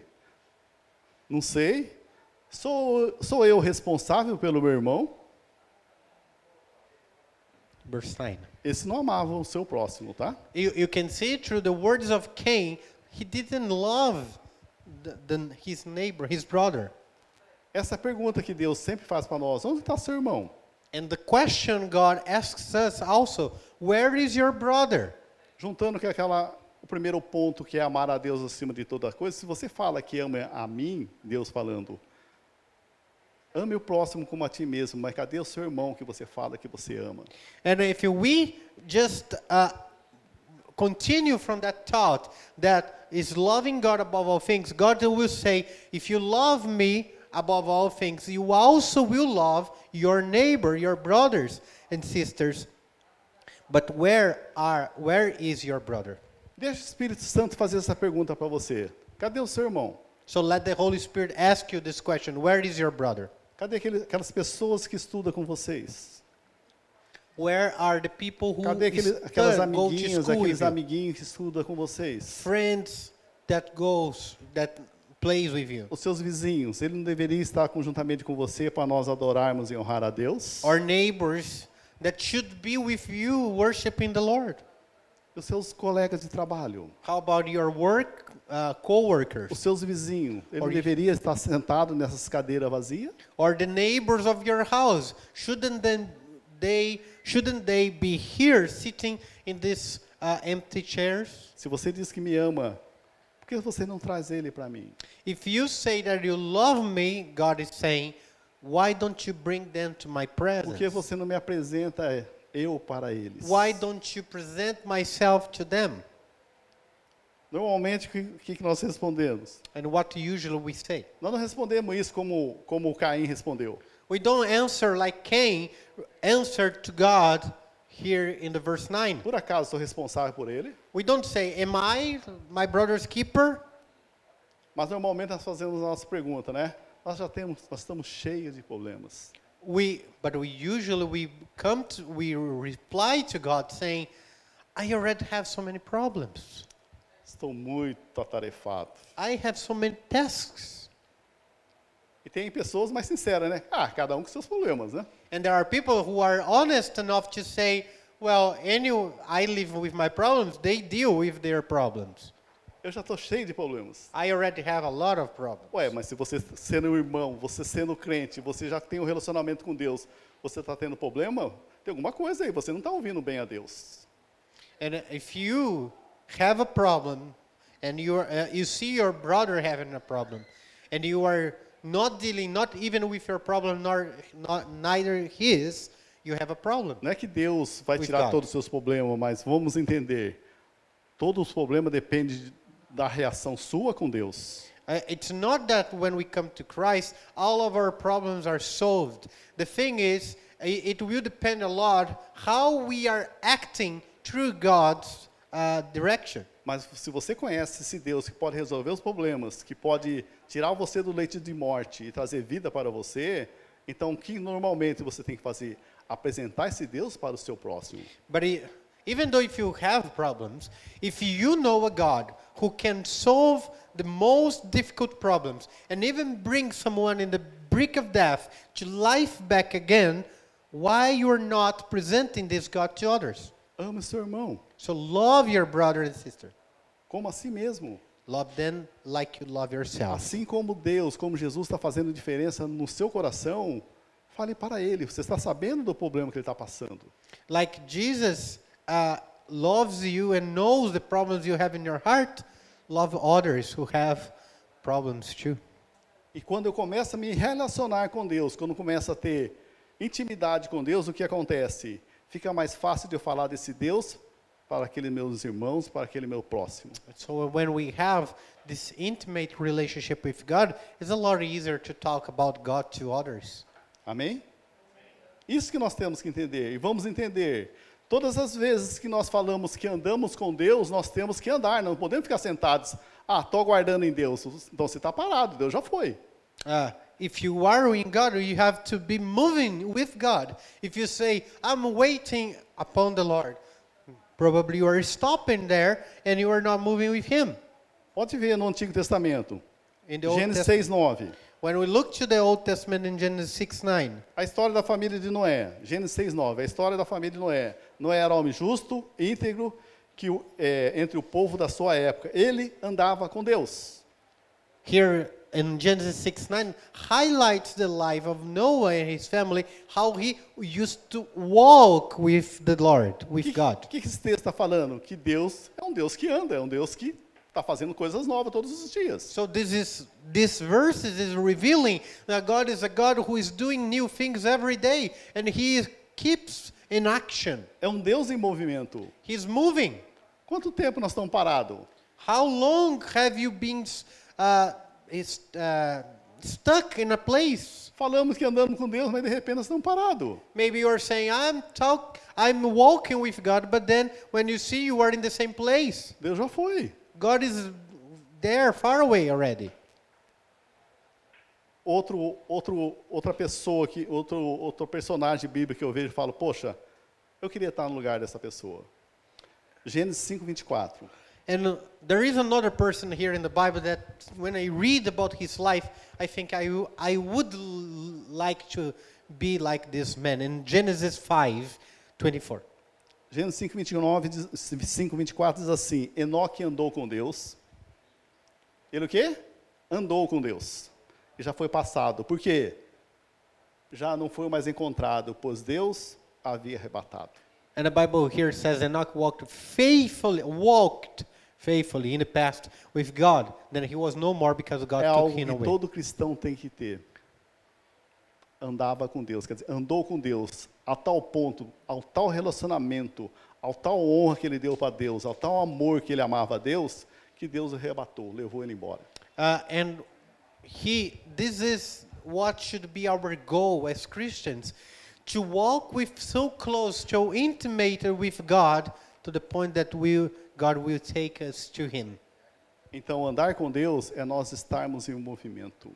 Speaker 1: Não sei. Sou, sou eu responsável pelo meu irmão?
Speaker 2: Verse 9.
Speaker 1: Esse não amava o seu próximo, tá?
Speaker 2: You, you can see through the words of Cain, he didn't love the, the, his neighbor, his brother.
Speaker 1: Essa pergunta que Deus sempre faz para nós: Onde está seu irmão?
Speaker 2: And the question God asks us also, where is your brother?
Speaker 1: Juntando que é aquela o primeiro ponto que é amar a Deus acima de toda coisa, se você fala que ama a mim, Deus falando, ame o próximo como a ti mesmo, mas cadê o seu irmão que você fala que você ama?
Speaker 2: And if we just uh, continue from that thought that is loving God above all things, God will say, if you love me, above all things, you also will love your neighbor, your brothers and sisters. But where are where is your brother?
Speaker 1: Deixa o Espírito Santo fazer essa pergunta para você. Cadê o seu irmão?
Speaker 2: So let the Holy Spirit ask you this question, where is your brother?
Speaker 1: Cadê aquele- aquelas pessoas que estudam com vocês?
Speaker 2: Where are the people who
Speaker 1: Cadê aquele,
Speaker 2: stud-
Speaker 1: aquelas
Speaker 2: go to
Speaker 1: amiguinhas,
Speaker 2: school with
Speaker 1: aqueles
Speaker 2: you?
Speaker 1: amiguinhos que estudam com vocês?
Speaker 2: friends that goes that plays with you?
Speaker 1: Os seus vizinhos, ele não deveria estar conjuntamente com você para nós adorarmos e honrar a Deus?
Speaker 2: Or neighbors that should be with you worshiping the Lord?
Speaker 1: Os seus colegas de trabalho,
Speaker 2: How about your work uh, co-workers?
Speaker 1: os seus vizinhos, ele não
Speaker 2: Or-
Speaker 1: deveria estar sentado nessas cadeiras vazias?
Speaker 2: or the neighbors of your house shouldn't then they shouldn't they be here sitting in these uh, empty chairs
Speaker 1: Se você diz que me ama, por que você não traz ele para mim?
Speaker 2: if you say that you love me god is saying why don't you bring them to my
Speaker 1: Por que
Speaker 2: presence
Speaker 1: você não me apresenta eu para eles?
Speaker 2: é. why don't you present myself to them
Speaker 1: Normalmente, o que, o que que nós respondemos?
Speaker 2: and what usually we say
Speaker 1: Nós não respondemos isso como, como o Caim respondeu.
Speaker 2: we don't answer like cain answered to god here in the verse 9
Speaker 1: Por acaso sou responsável por ele?
Speaker 2: we don't say am i my brother's keeper
Speaker 1: Mas normalmente nós fazemos a nossa pergunta, né? Nós já temos, nós estamos cheios de problemas.
Speaker 2: we but we usually we come to we reply to god saying i already have so many problems
Speaker 1: Estou muito atarefado.
Speaker 2: i have so many tasks
Speaker 1: E tem pessoas mais sinceras, né? Ah, cada um com seus problemas, né?
Speaker 2: and there are people who are honest enough to say well any i live with my problems they deal with their problems
Speaker 1: Eu já estou cheio de problemas.
Speaker 2: i already have a lot of problems
Speaker 1: Ué, mas se você sendo um irmão, você sendo crente, você já tem um relacionamento com Deus, você está tendo problema? Tem alguma coisa aí, você não está ouvindo bem a Deus.
Speaker 2: and if you have a problem and you are, uh, you see your brother having a problem and you are not dealing not even with your problem nor not, neither his you have a problem
Speaker 1: Não é que Deus vai
Speaker 2: With
Speaker 1: tirar
Speaker 2: God.
Speaker 1: todos os seus problemas, mas vamos entender. Todos os problemas dependem de- da reação sua com Deus.
Speaker 2: Uh, It's not that when we come to Christ, all of our problems are solved. The thing is, i- it will depend a lot how we are acting through God's uh, direction.
Speaker 1: Mas se você conhece esse Deus que pode resolver os problemas, que pode tirar você do leite de morte e trazer vida para você, então o que normalmente você tem que fazer? Apresentar esse Deus para o seu próximo.
Speaker 2: But i- even though if you have problems, if you know a God who can solve the most difficult problems and even bring someone in the brink of death to life back again, why you are not presenting this God to others?
Speaker 1: Ame seu irmão,
Speaker 2: So love your brother and sister.
Speaker 1: como a si mesmo.
Speaker 2: Love them like you love yourself.
Speaker 1: Assim como Deus, como Jesus está fazendo diferença no seu coração, fale para ele. Você está sabendo do problema que ele está passando.
Speaker 2: Like Jesus uh, loves you and knows the problems you have in your heart, love others who have problems too.
Speaker 1: E quando eu começo a me relacionar com Deus, quando eu começo a ter intimidade com Deus, o que acontece? Fica mais fácil de eu falar desse Deus para aqueles meus irmãos, para aquele meu próximo.
Speaker 2: So when we have this intimate relationship with God, it's a lot easier to talk about God to others.
Speaker 1: Amém? Isso que nós temos que entender. E vamos entender. Todas as vezes que nós falamos que andamos com Deus, nós temos que andar, não podemos ficar sentados. Ah, estou aguardando em Deus. Então você está parado, Deus já foi.
Speaker 2: Uh, if you are in God, you have to be moving with God. If you say, I'm waiting upon the Lord, probably you are stopping there and you are not moving with Him.
Speaker 1: Pode ver no Antigo Testamento,
Speaker 2: In the Old
Speaker 1: Gênesis
Speaker 2: Testament.
Speaker 1: 6, 9.
Speaker 2: When we look to the Old Testament in Genesis 6 9,
Speaker 1: A história da família de Noé, Gênesis 6, 9. A história da família de Noé. Noé era homem justo, íntegro, que o- é, entre o povo da sua época. Ele andava com Deus.
Speaker 2: here in Genesis 6 9 highlights the life of Noah and his family, how he used to walk with the Lord,
Speaker 1: O que,
Speaker 2: with
Speaker 1: o
Speaker 2: God.
Speaker 1: que que esse texto está falando? Que Deus é um Deus que anda, é um Deus que está fazendo coisas novas todos os dias.
Speaker 2: So this is this verse is revealing that God is a God who is doing new things every day and he keeps in action.
Speaker 1: É um Deus em movimento.
Speaker 2: He's moving.
Speaker 1: Quanto tempo nós estamos parados?
Speaker 2: How long have you been uh, is, uh, stuck in a place.
Speaker 1: Falamos que andamos com Deus, mas de repente nós estamos parados.
Speaker 2: Maybe you're saying, I'm talk I'm walking with God, but then when you see you are in the same place.
Speaker 1: Deus já foi.
Speaker 2: God is there far away already.
Speaker 1: Outro, outro, outra pessoa, que, outro, outro personagem bíblico que eu vejo e falo, poxa, eu queria estar no lugar dessa pessoa. Gênesis 5, 24.
Speaker 2: And there is another person here in the Bible that when I read about his life, I think I, w- I would l- like to be like this man in Genesis 5 24.
Speaker 1: Gênesis 5, 29, diz- 5, 24 diz assim: Enoque andou com Deus. Ele o quê? Andou com Deus. E já foi passado. Por quê? Já não foi mais encontrado, pois Deus havia arrebatado.
Speaker 2: And the Bible here says Enoch walked faithfully, walked faithfully in the past with God. Then he was no more because God
Speaker 1: é
Speaker 2: took
Speaker 1: algo
Speaker 2: him
Speaker 1: que
Speaker 2: away.
Speaker 1: todo cristão tem que ter. Andava com Deus, quer dizer, andou com Deus a tal ponto, ao tal relacionamento, ao tal honra que ele deu para Deus, ao tal amor que ele amava a Deus, que Deus o arrebatou, levou ele embora.
Speaker 2: Uh, and he, this is what should be our goal as Christians to walk with so close, so intimate with God to the point that we, God will take us to Him.
Speaker 1: Então, andar com Deus é nós estarmos em um movimento.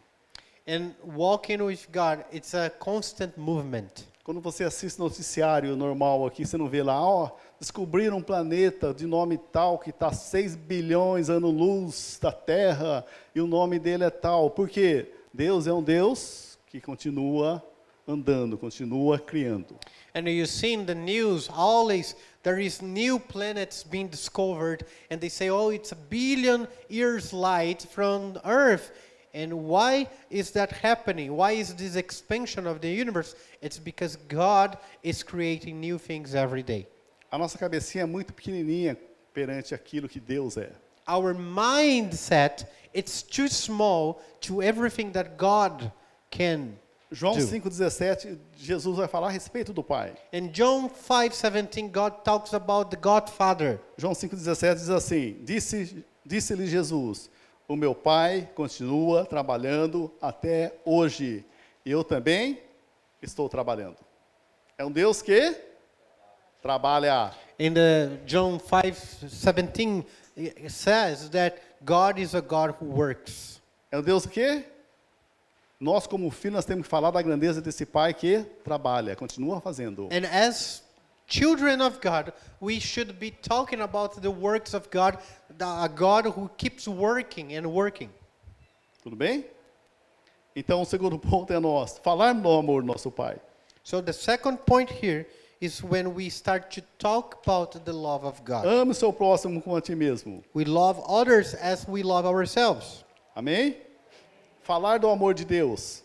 Speaker 2: And walking with God, it's a constant movement.
Speaker 1: Quando você assiste noticiário normal aqui, você não vê lá, ó, descobriram um planeta de nome tal que está 6 bilhões anos-luz da Terra e o nome dele é tal. Por quê? Deus é um Deus que continua andando, continua criando.
Speaker 2: And you see in the news always there is new planets being discovered, and they say, "Oh, it's a billion years light from Earth." And why is that happening? Why is this expansion of the universe? It's because God is creating new things every day.
Speaker 1: A nossa cabecinha é muito pequenininha perante aquilo que Deus é.
Speaker 2: Our mindset it's too small to everything that God can
Speaker 1: João
Speaker 2: do.
Speaker 1: 5,17, Jesus vai falar a respeito do Pai.
Speaker 2: In John 5:17, God talks about the Godfather.
Speaker 1: João 5,17 diz assim: Disse- Disse-lhe Jesus: O meu pai continua trabalhando até hoje, e eu também estou trabalhando. É um Deus que trabalha.
Speaker 2: In the John 5 17, it says that God is a God who works.
Speaker 1: É um Deus que nós, como filhos, nós temos que falar da grandeza desse pai que trabalha, continua fazendo.
Speaker 2: And as children of God, we should be talking about the works of God, the, a God who keeps working and working.
Speaker 1: Tudo bem? Então, o segundo ponto é nós falar no amor do nosso pai.
Speaker 2: So the second point here is when we start to talk about the love of God.
Speaker 1: Ame o seu próximo como a ti mesmo.
Speaker 2: We love others as we love ourselves.
Speaker 1: Amém? Falar do amor de Deus.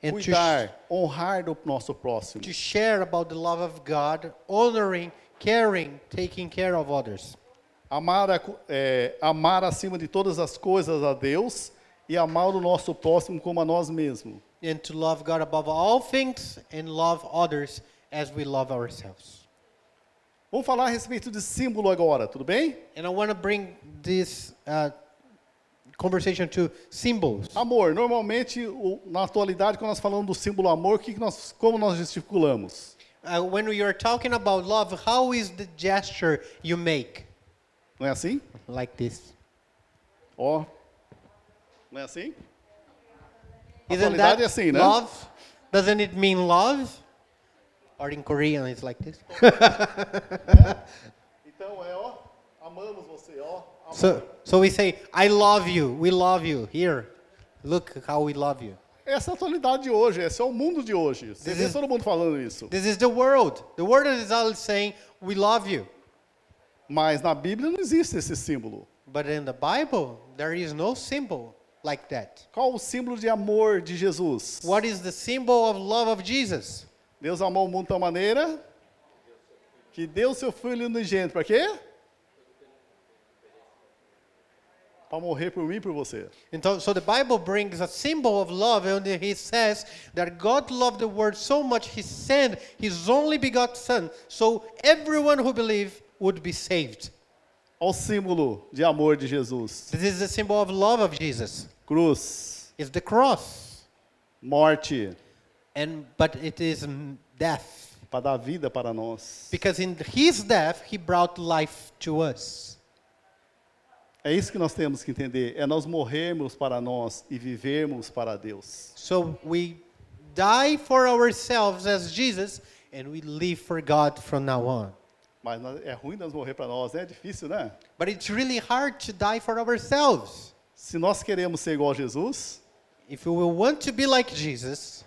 Speaker 2: And to, sh-
Speaker 1: cuidar, honrar do nosso próximo.
Speaker 2: to share about the love of God, honoring, caring, taking care of others.
Speaker 1: Amar, a cu- é, amar acima de todas as coisas a Deus e amar o nosso próximo como a nós mesmos.
Speaker 2: and to love God above all things and love others as we love ourselves.
Speaker 1: Vamos falar a respeito de símbolo agora, tudo bem?
Speaker 2: And I want to bring this uh, conversation to symbols.
Speaker 1: Amor, normalmente, o- na atualidade, quando nós falamos do símbolo amor, o que que nós, como nós gesticulamos?
Speaker 2: Uh, when we are talking about love, how is the gesture you make?
Speaker 1: Não é assim?
Speaker 2: Like this.
Speaker 1: Ó. Não é assim?
Speaker 2: Isn't
Speaker 1: Atualidade
Speaker 2: that
Speaker 1: é assim, né?
Speaker 2: love? Doesn't it mean love? Or in Korean, it's like this.
Speaker 1: Então é, ó, amamos você, ó. amor.
Speaker 2: So, so we say, I love you. We love you. Here, look how we love you.
Speaker 1: Essa é a atualidade de hoje, esse é o mundo de hoje. Você vê todo mundo falando isso.
Speaker 2: This is the world. The world is always saying, we love you.
Speaker 1: Mas na Bíblia não existe esse símbolo.
Speaker 2: But in the Bible, there is no symbol like that.
Speaker 1: Qual o símbolo de amor de Jesus?
Speaker 2: What is the symbol of love of Jesus?
Speaker 1: Deus amou o mundo de tal maneira que deu seu filho unigênito. Para quê? Para morrer por mim e por você.
Speaker 2: And so, so the Bible brings a symbol of love, and he says that God loved the world so much he sent his only begotten Son, so everyone who believes would be saved.
Speaker 1: Olha o símbolo de amor de Jesus.
Speaker 2: This is the symbol of love of Jesus.
Speaker 1: Cruz.
Speaker 2: is the cross,
Speaker 1: morte,
Speaker 2: and but it is mm, death.
Speaker 1: para dar vida para nós.
Speaker 2: Because in his death, he brought life to us.
Speaker 1: É isso que nós temos que entender, é nós morrermos para nós e vivermos para Deus.
Speaker 2: So we die for ourselves as Jesus, and we live for God from now on.
Speaker 1: Mas nós- é ruim nós morrer para nós, né? É difícil, né?
Speaker 2: But it's really hard to die for ourselves.
Speaker 1: Se nós queremos ser igual a Jesus,
Speaker 2: If we will want to be like Jesus,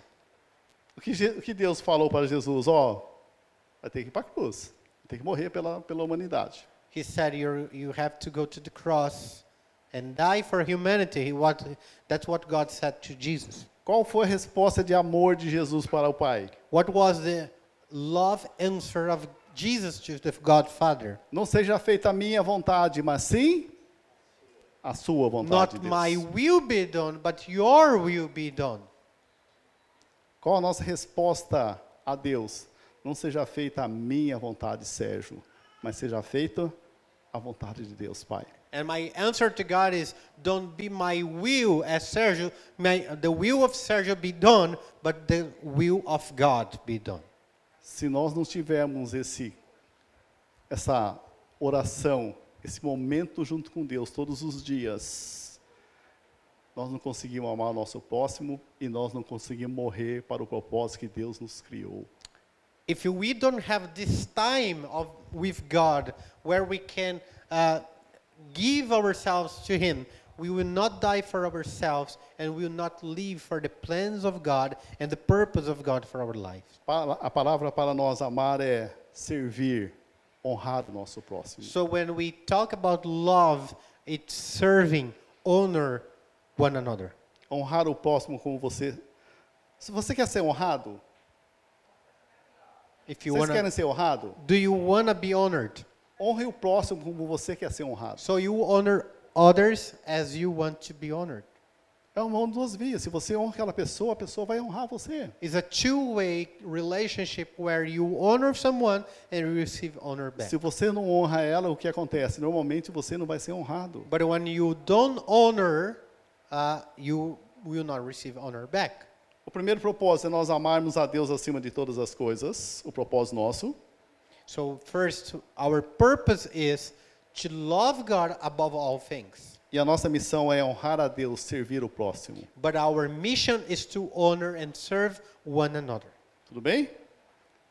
Speaker 1: o que, Je- o que Deus falou para Jesus? Ó, vai ter que ir para a cruz, vai ter que morrer pela, pela humanidade.
Speaker 2: he said you you have to go to the cross and die for humanity. He, what, that's what God said to Jesus.
Speaker 1: Qual foi a resposta de amor de Jesus para o Pai?
Speaker 2: What was the love answer of Jesus to the God Father?
Speaker 1: Não seja feita a minha vontade, mas sim a sua vontade.
Speaker 2: Not
Speaker 1: Deus.
Speaker 2: my will be done, but your will be done.
Speaker 1: Qual a nossa resposta a Deus? Não seja feita a minha vontade, Sérgio, mas seja feita a vontade de Deus, Pai.
Speaker 2: And my answer to God is, don't be my will as Sergio, may the will of Sergio be done, but the will of God be done.
Speaker 1: Se nós não tivermos esse essa oração, esse momento junto com Deus todos os dias, nós não conseguimos amar o nosso próximo e nós não conseguimos morrer para o propósito que Deus nos criou.
Speaker 2: If we don't have this time of, with God where we can uh, give ourselves to Him, we will not die for ourselves and we will not live for the plans of God and the purpose of God for our life.
Speaker 1: Pala- A palavra para nós amar é servir, honrar o nosso próximo.
Speaker 2: So when we talk about love, it's serving, honor one another.
Speaker 1: Honrar o próximo como você. Se você quer ser honrado,
Speaker 2: If you
Speaker 1: vocês
Speaker 2: want to
Speaker 1: querem ser honrado?
Speaker 2: Do you want to be honored?
Speaker 1: Honre o próximo como você quer ser honrado.
Speaker 2: So you honor others as you want to be honored.
Speaker 1: É uma mão de duas vias. Se você honra aquela pessoa, a pessoa vai honrar você.
Speaker 2: It's a two-way relationship where you honor someone and you receive honor back.
Speaker 1: Se você não honra ela, o que acontece? Normalmente você não vai ser honrado.
Speaker 2: But when you don't honor, uh, you will not receive honor back.
Speaker 1: O primeiro propósito é nós amarmos a Deus acima de todas as coisas, o propósito nosso.
Speaker 2: So first, our purpose is to love God above all things.
Speaker 1: E a nossa missão é honrar a Deus, servir o próximo.
Speaker 2: But our mission is to honor and serve one another.
Speaker 1: Tudo bem?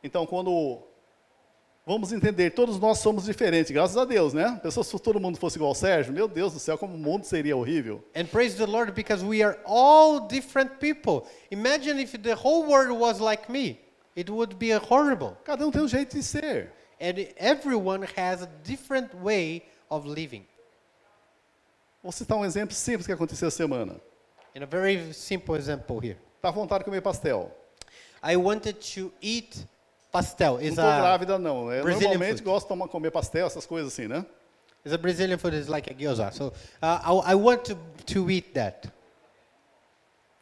Speaker 1: Então, quando vamos entender, todos nós somos diferentes, graças a Deus, né? Pessoas, se todo mundo fosse igual ao Sérgio, meu Deus do céu, como o mundo seria horrível.
Speaker 2: And praise the Lord because we are all different people. Imagine if the whole world was like me. It would be horrible.
Speaker 1: Cada um tem um jeito de ser.
Speaker 2: And everyone has a different way of living.
Speaker 1: Vou citar um exemplo simples que aconteceu essa semana.
Speaker 2: And a very simple example here.
Speaker 1: Tá à vontade de comer pastel.
Speaker 2: I wanted to eat pastel. It's
Speaker 1: não tô
Speaker 2: a,
Speaker 1: grávida, não. Eu
Speaker 2: Brazilian
Speaker 1: normalmente
Speaker 2: food.
Speaker 1: gosto de tomar, comer pastel, essas coisas assim, né?
Speaker 2: it's a Brazilian food. It's like a gyoza. So uh, I, I want to, to eat that.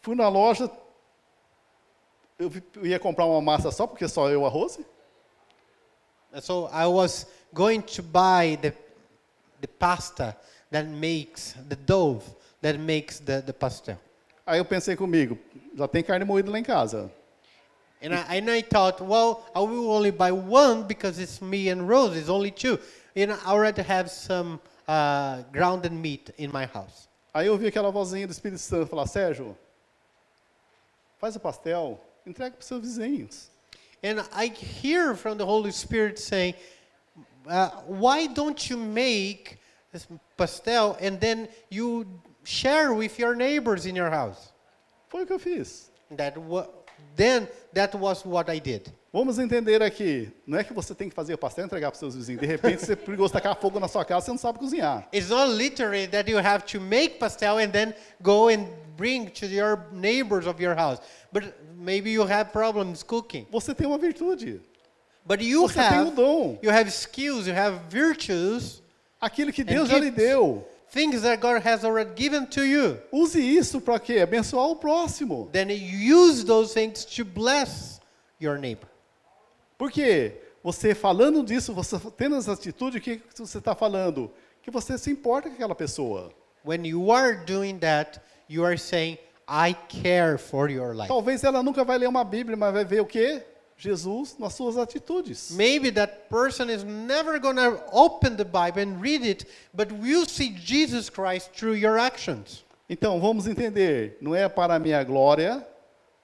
Speaker 1: Fui na loja, eu vi- eu ia comprar uma massa só porque só eu arroz.
Speaker 2: So I was going to buy the, the pasta that makes, the dough that makes the, the pastel.
Speaker 1: Aí eu pensei comigo, já tem carne moída lá em casa.
Speaker 2: And I, and I thought, well, I will only buy one because it's me and Rose. It's only two. You know, I already have some uh, grounded meat in my house.
Speaker 1: Aí eu vi aquela vozinha do Espírito Santo falar, Sérgio, faz o pastel, entrega para os seus vizinhos.
Speaker 2: And I hear from the Holy Spirit saying, uh, why don't you make this pastel and then you share with your neighbors in your house?
Speaker 1: Foi o que eu fiz.
Speaker 2: That wa- then that was what I did.
Speaker 1: Vamos entender aqui, não é que você tem que fazer o pastel e entregar para os seus vizinhos. De repente, você é perigoso tacar fogo na sua casa, você não sabe cozinhar.
Speaker 2: It's not literally that you have to make pastel and then go and bring to your neighbors of your house. But maybe you have problems cooking.
Speaker 1: Você tem uma virtude,
Speaker 2: But you
Speaker 1: você tem um
Speaker 2: have
Speaker 1: dom,
Speaker 2: you have skills, you have virtues,
Speaker 1: aquilo que Deus já lhe
Speaker 2: gifts.
Speaker 1: deu.
Speaker 2: things that God has already given to you.
Speaker 1: Use isso para quê? Abençoar o próximo.
Speaker 2: Then you use those things to bless your neighbor.
Speaker 1: Por quê? Você falando disso, você tendo essa atitude, o que que você está falando? Que você se importa com aquela pessoa.
Speaker 2: When you are doing that, you are saying, I care for your life.
Speaker 1: Talvez ela nunca vai ler uma Bíblia, mas vai ver o quê? Jesus nas suas atitudes.
Speaker 2: Maybe that person is never going to open the Bible and read it, but will see Jesus Christ through your actions.
Speaker 1: Então vamos entender, não é para a minha glória,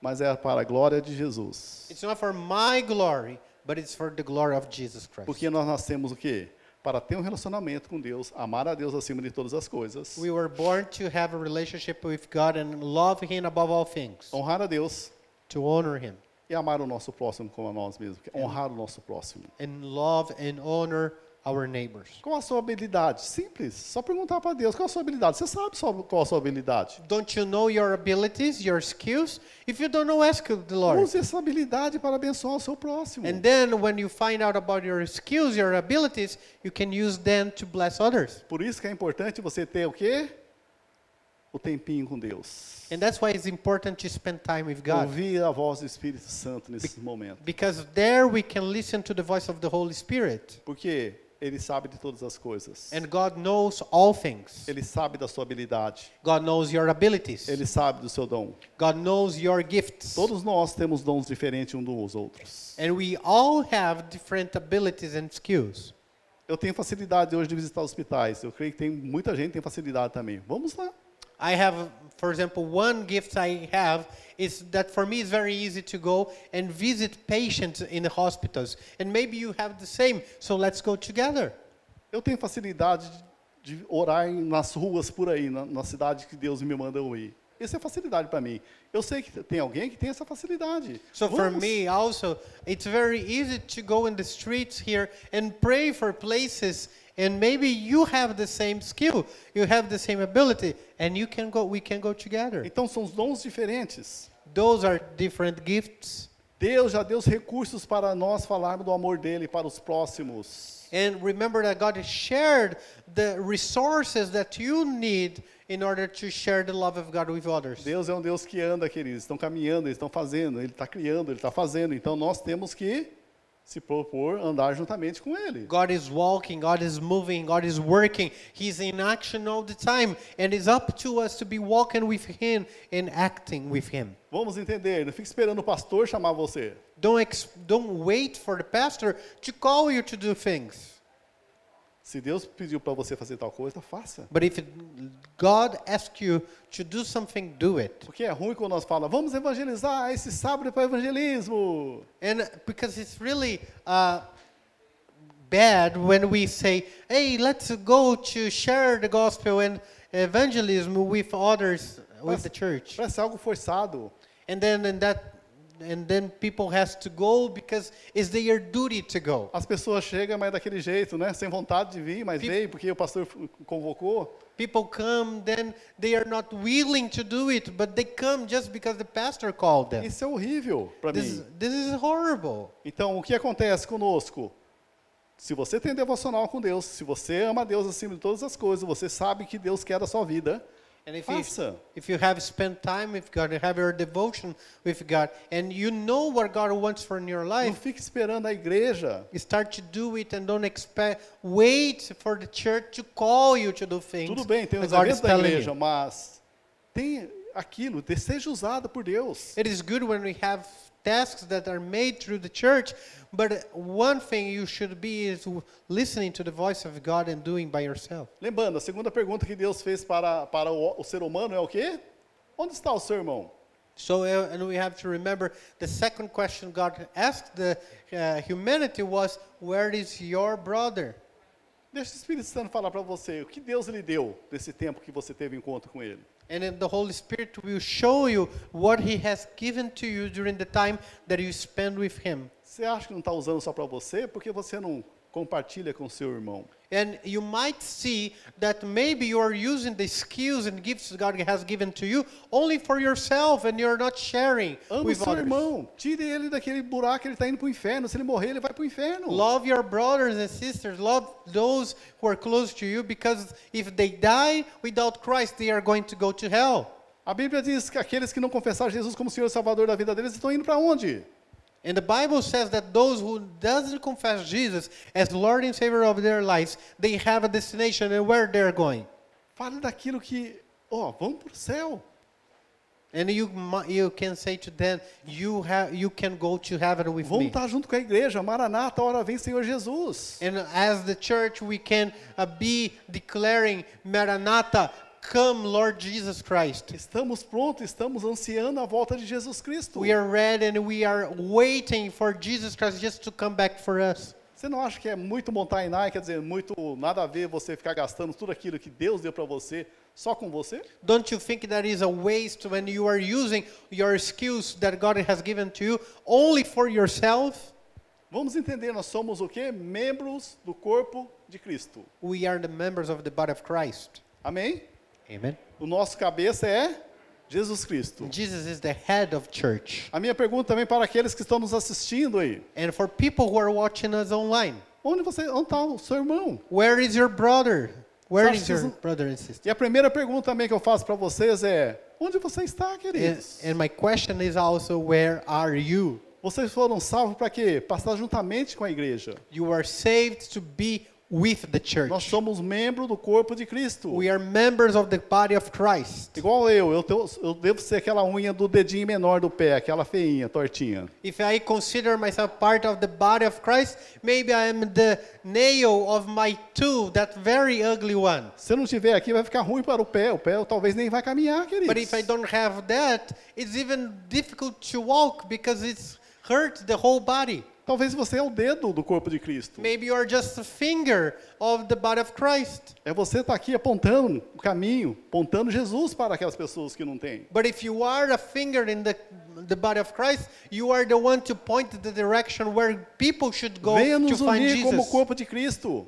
Speaker 1: mas é para a glória de Jesus.
Speaker 2: It's not for my glory, but it's for the glory of Jesus Christ.
Speaker 1: Porque nós nascemos o quê? Para ter um relacionamento com Deus, amar a Deus acima de todas as coisas,
Speaker 2: We were born to have a relationship with God and love Him above all things,
Speaker 1: honrar a Deus
Speaker 2: to honor Him,
Speaker 1: e amar o nosso próximo como a nós mesmos, que é honrar o nosso próximo.
Speaker 2: and love and honor our neighbors.
Speaker 1: Qual a sua habilidade? Simples, só perguntar para Deus, qual a sua habilidade? Você sabe só qual a sua habilidade?
Speaker 2: Don't you know your abilities, your skills? If you don't know, ask the Lord.
Speaker 1: Use essa habilidade para abençoar o seu próximo.
Speaker 2: And then when you find out about your skills, your abilities, you can use them to bless others.
Speaker 1: Por isso que é importante você ter o quê? O tempinho com Deus.
Speaker 2: And that's why it's important to spend time with God.
Speaker 1: Ouvir a voz do Espírito Santo nesse momento.
Speaker 2: Because there we can listen to the voice of the Holy Spirit.
Speaker 1: Porque ele sabe de todas as coisas.
Speaker 2: And God knows all things.
Speaker 1: Ele sabe da sua habilidade.
Speaker 2: God knows your abilities.
Speaker 1: Ele sabe do seu dom.
Speaker 2: God knows your gifts.
Speaker 1: Todos nós temos dons diferentes uns dos outros.
Speaker 2: And we all have different abilities and skills.
Speaker 1: Eu tenho facilidade hoje de visitar hospitais. Eu creio que tem muita gente que tem facilidade também. Vamos lá.
Speaker 2: I have, for example, one gift I have is that for me it's very easy to go and visit patients in the hospitals. And maybe you have the same, so let's go together.
Speaker 1: Eu tenho facilidade de de orar em- nas ruas por aí, na, na cidade que Deus me manda eu ir. Isso é facilidade para mim. Eu sei que tem alguém que tem essa facilidade.
Speaker 2: So for
Speaker 1: Vamos.
Speaker 2: me also, it's very easy to go in the streets here and pray for places. And maybe you have the same skill, you have the same ability, and you can go. We can go together.
Speaker 1: Então são os dons diferentes.
Speaker 2: Those are different gifts.
Speaker 1: Deus já deu os recursos para nós falarmos do amor dele para os próximos.
Speaker 2: And remember that God has shared the resources that you need in order to share the love of God with others.
Speaker 1: Deus é um Deus que anda, queridos. Estão caminhando, eles estão fazendo, ele está criando, ele está fazendo. Então nós temos que se propor andar juntamente com ele.
Speaker 2: God is walking, God is moving, God is working. He's in action all the time. And it's up to us to be walking with Him and acting with Him.
Speaker 1: Vamos entender, não fique esperando o pastor chamar você.
Speaker 2: Don't, ex- don't wait for the pastor to call you to do things.
Speaker 1: Se Deus pediu para você fazer tal coisa, faça.
Speaker 2: But if God asks you to do something, do it.
Speaker 1: Porque é ruim quando nós falamos, vamos evangelizar esse sábado é para evangelismo.
Speaker 2: And because it's really uh, bad when we say, hey, let's go to share the gospel and evangelism with others, with the church.
Speaker 1: Parece algo forçado.
Speaker 2: And then and that and then people has to go because it's their duty to go.
Speaker 1: As pessoas chegam, mas daquele jeito, né? Sem vontade de vir, mas
Speaker 2: Fica-
Speaker 1: veio porque o pastor f- convocou.
Speaker 2: People come, then they are not willing to do it, but they come just because the pastor called them.
Speaker 1: Isso é horrível para
Speaker 2: This,
Speaker 1: mim.
Speaker 2: this is horrible.
Speaker 1: Então, o que acontece conosco? Se você tem devocional com Deus, se você ama Deus acima de todas as coisas, você sabe que Deus quer a sua vida.
Speaker 2: And if
Speaker 1: Faça.
Speaker 2: you, if you have spent time with God, you have your devotion with God, and you know what God wants for in your
Speaker 1: Não
Speaker 2: life,
Speaker 1: fique esperando a igreja.
Speaker 2: you start to do it and don't expect, wait for the church to call you to do things.
Speaker 1: Tudo bem, tem
Speaker 2: that
Speaker 1: os
Speaker 2: God
Speaker 1: eventos
Speaker 2: is
Speaker 1: da
Speaker 2: telling
Speaker 1: igreja,
Speaker 2: you.
Speaker 1: mas tem aquilo, de- seja usado por Deus.
Speaker 2: It is good when we have tasks that are made through the church, but one thing you should be is listening to the voice of God and doing by yourself.
Speaker 1: Lembrando, a segunda pergunta que Deus fez para, para o, o ser humano é o quê? Onde está o seu irmão?
Speaker 2: So, uh, and we have to remember the second question God asked the uh, humanity was, Where is your brother?
Speaker 1: Deixa o Espírito Santo falar para você o que Deus lhe deu nesse tempo que você teve encontro com Ele.
Speaker 2: And then the Holy Spirit will show you what He has given to you during the time that you spend with Him.
Speaker 1: Você acha que não está usando só para você porque você não compartilha com o seu irmão?
Speaker 2: And you might see that maybe you are using the skills and gifts God has given to you only for yourself and you're not sharing
Speaker 1: Ama o
Speaker 2: with
Speaker 1: seu
Speaker 2: others.
Speaker 1: irmão, tire ele daquele buraco, ele está indo para o inferno. Se ele morrer, ele vai para o inferno.
Speaker 2: Love your brothers and sisters, love those who are close to you because if they die without Christ, they are going to go to hell.
Speaker 1: A Bíblia diz que aqueles que não confessar Jesus como Senhor e Salvador da vida deles estão indo para onde?
Speaker 2: And the Bible says that those who doesn't confess Jesus as Lord and Savior of their lives, they have a destination and where they're going.
Speaker 1: Fale daquilo que, ó, vamos para o céu.
Speaker 2: And you, mu- you can say to them, you, have, you can go to heaven with
Speaker 1: Vamos
Speaker 2: me.
Speaker 1: estar junto com a igreja. Maranata, hora vem, Senhor Jesus.
Speaker 2: And as the church, we can uh, be declaring, Maranatha, come, Lord Jesus Christ.
Speaker 1: Estamos prontos, estamos ansiando a volta de Jesus Cristo.
Speaker 2: We are ready and we are waiting for Jesus Christ just to come back for us.
Speaker 1: Você não acha que é muito montar em nai, quer dizer, muito nada a ver você ficar gastando tudo aquilo que Deus deu para você só com você?
Speaker 2: Don't you think that is a waste when you are using your skills that God has given to you only for yourself?
Speaker 1: Vamos entender, nós somos o quê? Membros do corpo de Cristo.
Speaker 2: We are the members of the body of Christ.
Speaker 1: Amém?
Speaker 2: Amen.
Speaker 1: O nosso cabeça é Jesus Cristo.
Speaker 2: Jesus is the head of church.
Speaker 1: A minha pergunta também para aqueles que estão nos assistindo aí.
Speaker 2: And for people who are watching us online,
Speaker 1: Onde você, onde está o seu irmão?
Speaker 2: where is your brother? Where is your
Speaker 1: Fascism.
Speaker 2: brother and sister?
Speaker 1: E a primeira pergunta também que eu faço para vocês é: onde você está,
Speaker 2: And,
Speaker 1: queridos?
Speaker 2: and my question is also, where are you?
Speaker 1: Vocês foram salvos para quê? Para estar juntamente com a igreja.
Speaker 2: You are saved to be with the church.
Speaker 1: Nós somos membro do corpo de Cristo.
Speaker 2: We are members of the body of Christ.
Speaker 1: Igual eu, eu, tenho- eu devo ser aquela unha do dedinho menor do pé, aquela feinha, tortinha.
Speaker 2: If I consider myself part of the body of Christ, maybe I am the nail of my toe, that very ugly one.
Speaker 1: Se eu não estiver aqui, vai ficar ruim para o pé. O pé talvez nem vai caminhar, queridos.
Speaker 2: But if I don't have that, it's even difficult to walk because it's hurt the whole body.
Speaker 1: Talvez você é o dedo do corpo de Cristo.
Speaker 2: Maybe you are just a finger of the body of Christ.
Speaker 1: É você estar aqui apontando o caminho, apontando Jesus para aquelas pessoas que não têm.
Speaker 2: But if you are a finger in the, the body of Christ, you are the one to point the direction where people should go
Speaker 1: Venha
Speaker 2: to
Speaker 1: nos
Speaker 2: find
Speaker 1: unir como
Speaker 2: Jesus.
Speaker 1: corpo de Cristo.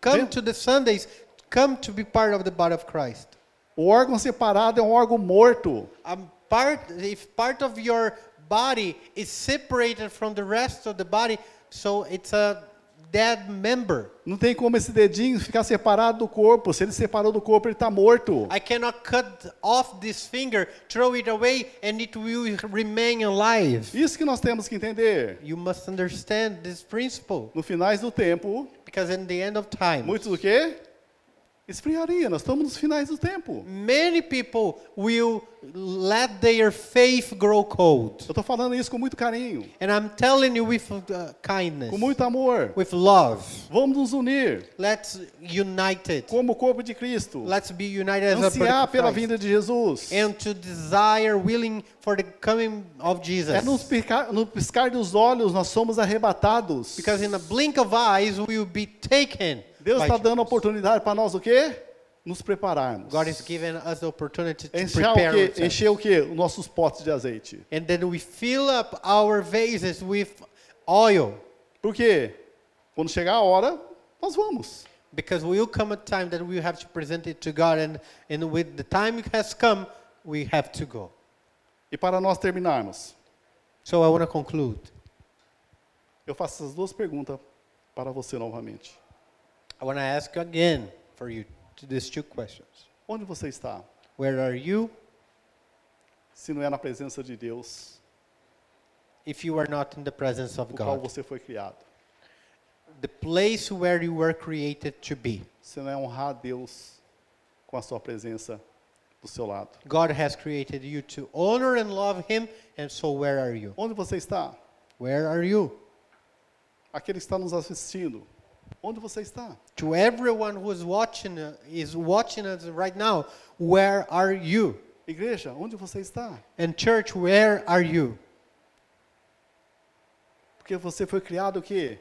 Speaker 2: Come
Speaker 1: Venha-
Speaker 2: to the Sundays, come to be part of the body of Christ.
Speaker 1: O órgão separado é um órgão morto.
Speaker 2: um, part if part of your body is separated from the rest of the body so it's a dead member
Speaker 1: Não tem como esse dedinho ficar separado do corpo. Se ele separou do corpo, ele está morto.
Speaker 2: i cannot cut off this finger throw it away and it will remain alive
Speaker 1: Isso que nós temos que entender.
Speaker 2: you must understand this principle
Speaker 1: No finais do tempo,
Speaker 2: because in the end of time
Speaker 1: Muitos o quê? Esfriaria, nós estamos nos finais do tempo.
Speaker 2: many people will let their faith grow cold
Speaker 1: Eu estou falando isso com muito carinho,
Speaker 2: and i'm telling you with uh, kindness
Speaker 1: com muito amor.
Speaker 2: with love
Speaker 1: Vamos nos unir
Speaker 2: let's unite it
Speaker 1: como o corpo de Cristo.
Speaker 2: Let's be united as a body
Speaker 1: Ansiar
Speaker 2: of
Speaker 1: pela
Speaker 2: Christ.
Speaker 1: vinda de Jesus.
Speaker 2: and to desire willing for the coming of Jesus.
Speaker 1: É nos piscar, no piscar dos olhos nós somos arrebatados.
Speaker 2: Because in a blink of eyes we will be taken.
Speaker 1: Deus
Speaker 2: by
Speaker 1: está
Speaker 2: Jesus.
Speaker 1: dando a oportunidade para nós o quê? Nos prepararmos.
Speaker 2: God is giving us the opportunity to
Speaker 1: Encher o
Speaker 2: prepare
Speaker 1: quê?
Speaker 2: ourselves.
Speaker 1: Encher o quê? Os nossos potes de azeite.
Speaker 2: and then we fill up our vases with oil
Speaker 1: Por quê? Quando chegar a hora, nós vamos.
Speaker 2: because we will come a time that we have to present it to God and and with the time has come we have to go.
Speaker 1: E para nós terminarmos,
Speaker 2: So I want to conclude.
Speaker 1: Eu faço essas duas perguntas para você novamente.
Speaker 2: I want to ask you again for you to these two questions.
Speaker 1: Onde você está?
Speaker 2: Where are you?
Speaker 1: Se não é na presença de Deus,
Speaker 2: if you are not in the presence of
Speaker 1: o qual
Speaker 2: God,
Speaker 1: você foi criado.
Speaker 2: the place where you were created to be.
Speaker 1: Se não é honrar a Deus com a sua presença do seu lado.
Speaker 2: God has created you to honor and love Him, and so where are you?
Speaker 1: Onde você está?
Speaker 2: Where are you?
Speaker 1: Aquele que está nos assistindo. Onde você está?
Speaker 2: To everyone who is watching uh, is watching us right now, where are you?
Speaker 1: Igreja, onde você está?
Speaker 2: And church, where are you?
Speaker 1: Porque você foi criado o quê?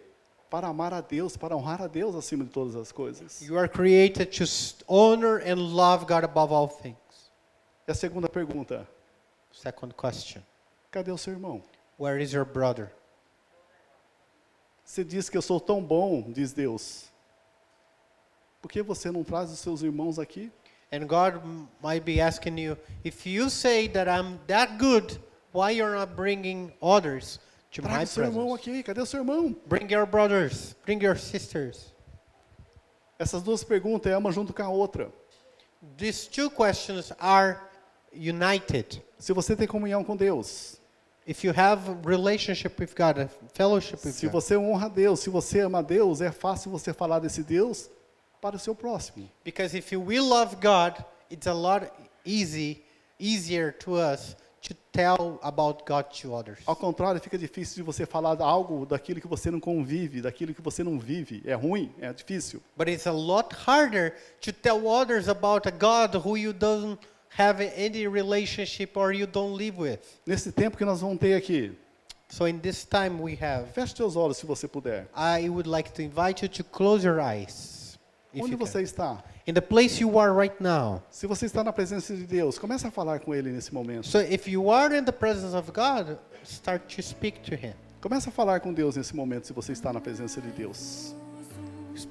Speaker 1: Para amar a Deus, para honrar a Deus acima de todas as coisas.
Speaker 2: You are created to s- honor and love God above all things.
Speaker 1: E a segunda pergunta,
Speaker 2: Second question.
Speaker 1: cadê o seu irmão?
Speaker 2: Where is your brother?
Speaker 1: Você diz que eu sou tão bom, diz Deus. Por que você não traz os seus irmãos aqui?
Speaker 2: And God m- might be asking you, if you say that I'm that good, why you're not bringing others to
Speaker 1: Traga
Speaker 2: my
Speaker 1: o seu irmão
Speaker 2: presence?
Speaker 1: aqui, cadê o seu irmão?
Speaker 2: Bring your brothers, bring your sisters.
Speaker 1: Essas duas perguntas é uma junto com a outra.
Speaker 2: These two questions are united.
Speaker 1: Se você tem comunhão com Deus,
Speaker 2: If you have relationship with God, a fellowship with
Speaker 1: se
Speaker 2: God,
Speaker 1: você honra a Deus, se você ama a Deus, é fácil você falar desse Deus para o seu próximo.
Speaker 2: because if you will love God, it's a lot easy, easier to us to tell about God to others.
Speaker 1: Ao contrário, fica difícil de você falar algo daquilo que você não convive, daquilo que você não vive. É ruim, é difícil.
Speaker 2: But it's a lot harder to tell others about a God who you don't have any relationship or you don't live with.
Speaker 1: Nesse tempo que nós vamos ter aqui,
Speaker 2: So in this time we have,
Speaker 1: feche seus olhos se você puder.
Speaker 2: I would like to invite you to close your eyes. if
Speaker 1: Onde
Speaker 2: you can.
Speaker 1: você está?
Speaker 2: In the place you are right now.
Speaker 1: Se você está na presença de Deus, comece a falar com Ele nesse momento.
Speaker 2: So if you are in the presence of God, start to speak to him.
Speaker 1: Comece a falar com Deus nesse momento, se você está na presença de Deus. Se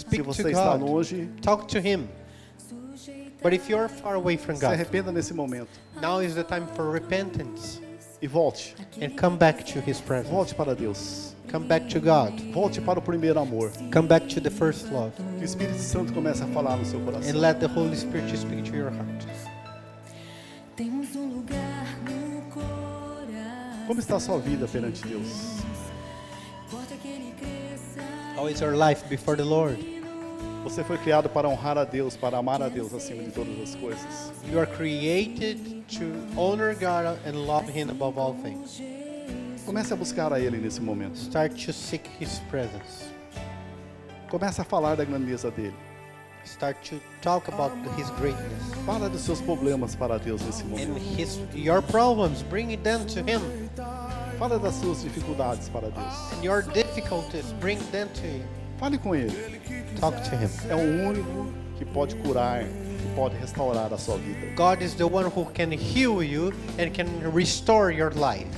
Speaker 2: Speak
Speaker 1: você
Speaker 2: to
Speaker 1: está
Speaker 2: God.
Speaker 1: longe,
Speaker 2: Talk to him. But if you're far away from
Speaker 1: se
Speaker 2: God,
Speaker 1: arrependa nesse momento
Speaker 2: now is the time for repentance
Speaker 1: e volte.
Speaker 2: and come back to his presence.
Speaker 1: Volte para Deus.
Speaker 2: Come back to God.
Speaker 1: Volte para o primeiro amor.
Speaker 2: Come back to the first love
Speaker 1: Que o Espírito Santo comece a falar no seu
Speaker 2: and
Speaker 1: coração.
Speaker 2: let the Holy Spirit to speak to your heart.
Speaker 3: Temos um lugar no coração.
Speaker 1: Como está a sua vida perante Deus?
Speaker 3: Importa que ele cresça.
Speaker 2: How is your life before the Lord?
Speaker 1: Você foi criado para honrar a Deus, para amar a Deus acima de todas as coisas.
Speaker 2: You are created to honor God and love Him above all things.
Speaker 1: Comece a buscar a Ele nesse momento.
Speaker 2: Start to seek His presence.
Speaker 1: Comece a falar da grandeza dele.
Speaker 2: Start to talk about His greatness
Speaker 1: Fala dos seus problemas para Deus nesse momento.
Speaker 2: and His your problems. Bring them to Him.
Speaker 1: Fala das suas dificuldades para Deus.
Speaker 2: Your difficulties. Bring them to Him.
Speaker 1: Fale com Ele.
Speaker 2: Talk to Him.
Speaker 1: É o único que pode curar, que pode restaurar a sua vida.
Speaker 2: God is the one who can heal you and can restore your life.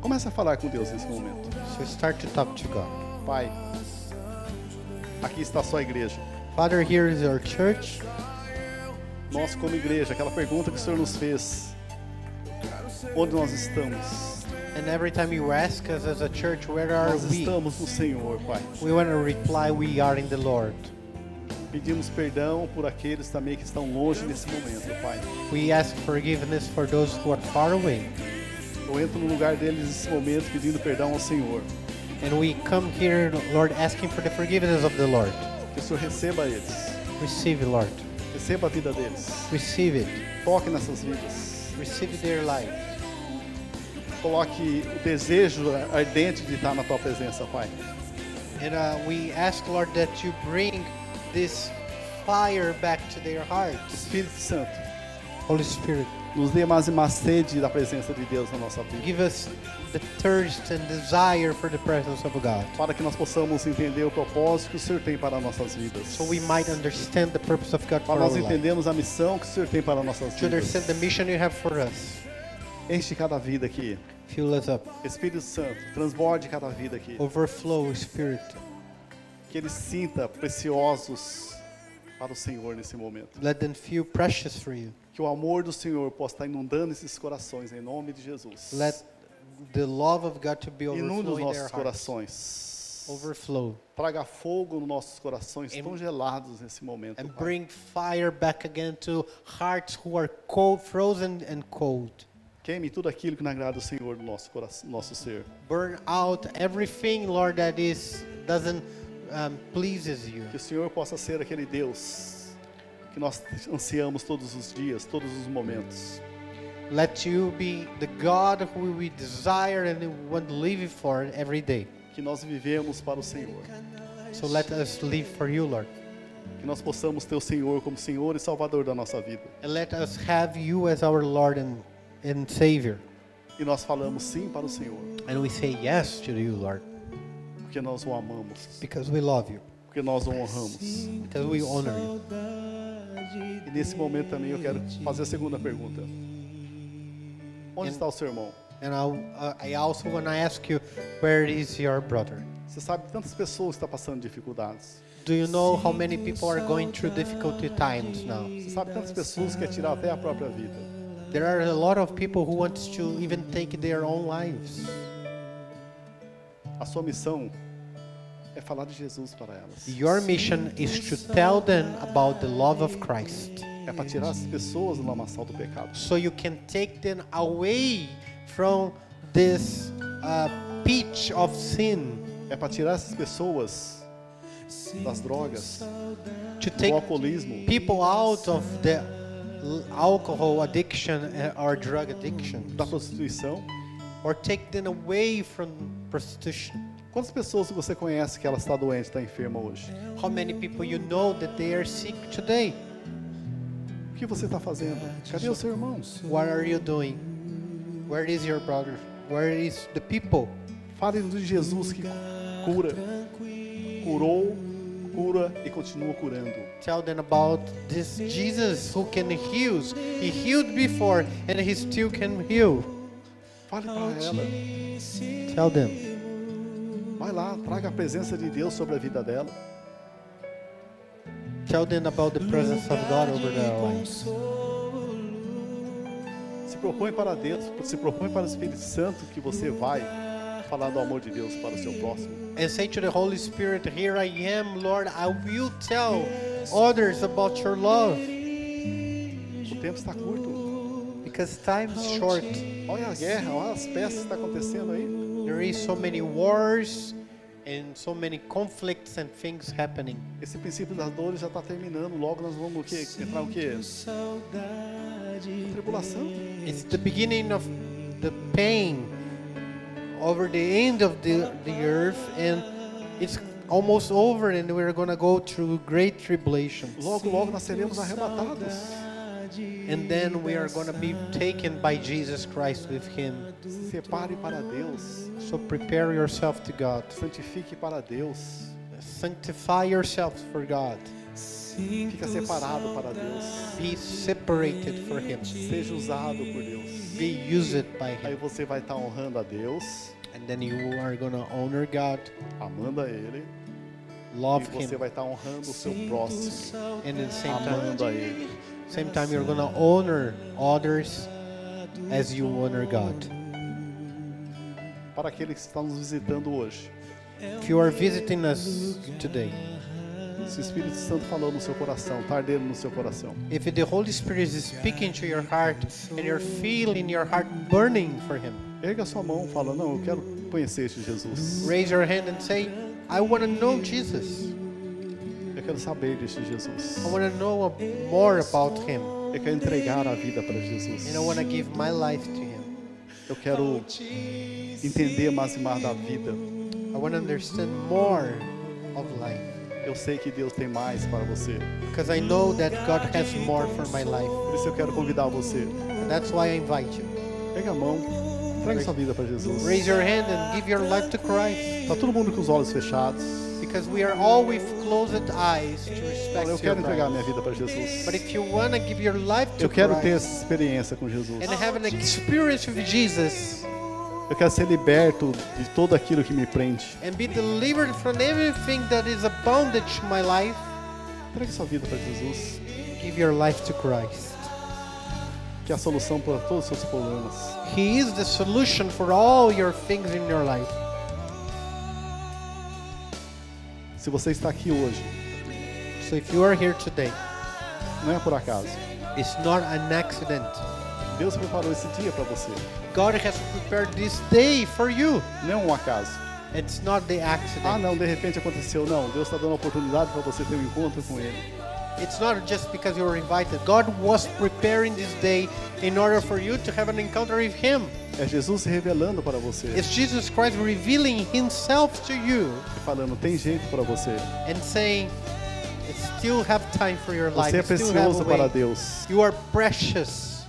Speaker 1: Comece a falar com Deus nesse momento.
Speaker 2: So start to talk to God.
Speaker 1: Pai, aqui está a sua igreja.
Speaker 2: Father, here is our church.
Speaker 1: Nós, como igreja, aquela pergunta que o Senhor nos fez: onde nós estamos?
Speaker 2: And every time you ask us as a church, where are
Speaker 1: Nós
Speaker 2: we?
Speaker 1: estamos no Senhor, Pai.
Speaker 2: We want to reply, we are in the Lord.
Speaker 1: Pedimos perdão por aqueles também que estão longe nesse momento, Pai.
Speaker 2: We ask forgiveness for those who are far away.
Speaker 1: Eu entro no lugar deles nesse momento pedindo perdão ao Senhor.
Speaker 2: And we come here, Lord, asking for the forgiveness of the Lord.
Speaker 1: Que o Senhor receba eles,
Speaker 2: Receive it, Lord.
Speaker 1: receba a vida deles,
Speaker 2: Receive it.
Speaker 1: toque nessas vidas,
Speaker 2: Receive their life.
Speaker 1: coloque o desejo ardente de estar na tua presença, Pai.
Speaker 2: And uh, we ask, Lord, that you bring this fire back to their hearts.
Speaker 1: Espírito Santo,
Speaker 2: Holy Spirit,
Speaker 1: nos dê mais e mais sede da presença de Deus na nossa vida,
Speaker 2: give us the thirst and desire for the presence of God.
Speaker 1: para que nós possamos entender o propósito que o Senhor tem para nossas vidas.
Speaker 2: So we might understand the purpose of God for
Speaker 1: Para
Speaker 2: our
Speaker 1: nós
Speaker 2: life.
Speaker 1: entendermos a missão que o Senhor tem para nossas
Speaker 2: To understand the
Speaker 1: vidas.
Speaker 2: mission you have for us.
Speaker 1: Enche cada vida aqui.
Speaker 2: Fuel us up.
Speaker 1: Espírito Santo, transborde cada vida aqui.
Speaker 2: Overflow, Spirit.
Speaker 1: Que eles sinta preciosos para o Senhor nesse momento.
Speaker 2: Let them feel precious for you.
Speaker 1: Que o amor do Senhor possa estar inundando esses corações em nome de Jesus.
Speaker 2: Let the love of God to be
Speaker 1: Inunda os
Speaker 2: overflowing their
Speaker 1: nossos
Speaker 2: hearts.
Speaker 1: corações.
Speaker 2: Overflow
Speaker 1: Traga fogo nos nossos corações
Speaker 2: And-
Speaker 1: congelados nesse momento.
Speaker 2: and
Speaker 1: Pai.
Speaker 2: bring fire back again to hearts who are cold, frozen and cold.
Speaker 1: Queime tudo aquilo que não agrada o Senhor do nosso coração, nosso ser.
Speaker 2: Burn out everything, Lord, that is doesn't um, pleases you.
Speaker 1: Que o Senhor possa ser aquele Deus que nós ansiamos todos os dias, todos os momentos.
Speaker 2: Let you be the God who we desire and want to live for every day.
Speaker 1: Que nós vivemos para o Senhor.
Speaker 2: So let us live for you, Lord,
Speaker 1: Que nós possamos ter o Senhor como Senhor e Salvador da nossa vida.
Speaker 2: and let us have you as our Lord and, and Savior.
Speaker 1: E nós falamos sim para o Senhor,
Speaker 2: And we say yes to you, Lord,
Speaker 1: porque nós o amamos,
Speaker 2: because we love you,
Speaker 1: porque nós o honramos.
Speaker 2: because we honor you.
Speaker 1: E nesse momento também eu quero fazer a segunda pergunta. Onde está o seu irmão?
Speaker 2: And I, uh, I also want to ask you, where is your brother?
Speaker 1: Você sabe tantas pessoas que estão passando dificuldades.
Speaker 2: Do you know how many people are going through difficulty times now?
Speaker 1: Você sabe tantas pessoas que quer tirar até a própria vida.
Speaker 2: There are a lot of people who want to even take their own lives.
Speaker 1: A sua missão é falar de Jesus para elas.
Speaker 2: Your mission is to tell them about the love of Christ,
Speaker 1: É para tirar as pessoas do lamaçal do pecado.
Speaker 2: so you can take them away from this uh, pitch of sin,
Speaker 1: É para tirar essas pessoas das drogas,
Speaker 2: to
Speaker 1: do
Speaker 2: take
Speaker 1: alcoolismo,
Speaker 2: people out of the l- alcohol addiction eh, or drug addiction,
Speaker 1: da prostituição.
Speaker 2: or take them away from prostitution.
Speaker 1: Quantas pessoas você conhece que ela está doente, está enferma hoje?
Speaker 2: How many people you know that they are sick today?
Speaker 1: O que você está fazendo? Cadê o seu irmão?
Speaker 2: What are you doing? Where is your brother? Where is the people?
Speaker 1: Fale de Jesus que cura, curou, cura e continua curando.
Speaker 2: Tell them about this Jesus who can heal. He healed before and he still can heal.
Speaker 1: Fale para ela.
Speaker 2: Tell them.
Speaker 1: Vai lá, traga a presença de Deus sobre a vida dela.
Speaker 2: Tell them about the presence of God over their lives.
Speaker 1: Se propõe para Deus, se propõe para o Espírito Santo que você vai falar do amor de Deus para o seu próximo.
Speaker 2: and say to the Holy Spirit, Here I am, Lord, I will tell others about your love.
Speaker 1: O tempo está curto.
Speaker 2: Because time is short.
Speaker 1: Olha a guerra, olha as peças que estão acontecendo aí.
Speaker 2: There is so many wars and so many conflicts and things happening.
Speaker 1: Esse princípio das dores já está terminando. Logo nós vamos o quê? entrar o quê? Na Tribulação.
Speaker 2: It's the beginning of the pain over the end of the, the earth and it's almost over and we're gonna go through great tribulations.
Speaker 1: Logo, logo nós seremos arrebatados.
Speaker 2: And then we are gonna be taken by Jesus Christ with him.
Speaker 1: Se separe para Deus.
Speaker 2: So prepare yourself to God.
Speaker 1: Santifique para Deus.
Speaker 2: Sanctify yourselves for God.
Speaker 1: Fica separado para Deus.
Speaker 2: Be separated for Him.
Speaker 1: Seja usado por Deus.
Speaker 2: Be used by
Speaker 1: Aí
Speaker 2: Him.
Speaker 1: você vai estar honrando a Deus,
Speaker 2: And then you are going to honor God,
Speaker 1: amando a Ele. E
Speaker 2: love
Speaker 1: você
Speaker 2: Him,
Speaker 1: vai estar honrando o seu próximo,
Speaker 2: and at the same time,
Speaker 1: amando a Ele.
Speaker 2: same time you're going to honor others as you honor God.
Speaker 1: Para aquele que está nos visitando hoje.
Speaker 2: If you are visiting us today,
Speaker 1: Se o Espírito Santo falou no seu coração, tardeiro no seu coração.
Speaker 2: if the Holy Spirit is speaking to your heart and you're feeling your heart burning for Him,
Speaker 1: Erga sua mão, fala, não, eu quero conhecer este Jesus.
Speaker 2: raise your hand and say, I want to know Jesus.
Speaker 1: Eu quero saber deste Jesus.
Speaker 2: I want to know more about Him.
Speaker 1: Eu quero entregar a vida para Jesus.
Speaker 2: And I want to give my life to Him.
Speaker 1: Eu quero entender mais e mais da vida.
Speaker 2: I want to understand more of life
Speaker 1: Eu sei que Deus tem mais para você.
Speaker 2: because I know that God has more for my life.
Speaker 1: Por isso eu quero convidar você.
Speaker 2: And that's why I invite you.
Speaker 1: Pega a mão, entrega sua vida para Jesus.
Speaker 2: Raise your hand and give your life to Christ
Speaker 1: Tá todo mundo com os olhos fechados.
Speaker 2: because we are all with closed eyes to respect
Speaker 1: Fala, eu
Speaker 2: your
Speaker 1: quero entregar
Speaker 2: brother.
Speaker 1: minha vida para Jesus.
Speaker 2: But if you want to give your life to
Speaker 1: Eu quero ter
Speaker 2: Christ
Speaker 1: essa experiência com Jesus.
Speaker 2: and have an experience with Jesus
Speaker 1: Eu quero ser liberto de todo aquilo que me prende.
Speaker 2: and be delivered from everything that is a bondage to my life,
Speaker 1: Entregue sua vida para Jesus,
Speaker 2: give your life to Christ.
Speaker 1: que é a solução para todos os seus problemas.
Speaker 2: He is the solution for all your things in your life.
Speaker 1: Se você está aqui hoje,
Speaker 2: So if you are here today,
Speaker 1: não é por acaso.
Speaker 2: it's not an accident.
Speaker 1: Deus preparou esse dia para você.
Speaker 2: God has prepared this day for you.
Speaker 1: Não é um acaso.
Speaker 2: It's not the
Speaker 1: Ah,
Speaker 2: accident.
Speaker 1: não, de repente aconteceu. Não, Deus está dando a oportunidade para você ter um encontro com Ele.
Speaker 2: It's not just because you were invited. God was preparing this day in order for you to have an encounter with Him.
Speaker 1: É Jesus se revelando para você
Speaker 2: It's Jesus Christ revealing Himself to you
Speaker 1: e falando: tem jeito para você.
Speaker 2: and saying, "You "Still have time for your life.
Speaker 1: Você é
Speaker 2: You still have a
Speaker 1: precioso para
Speaker 2: way.
Speaker 1: Deus.
Speaker 2: You are precious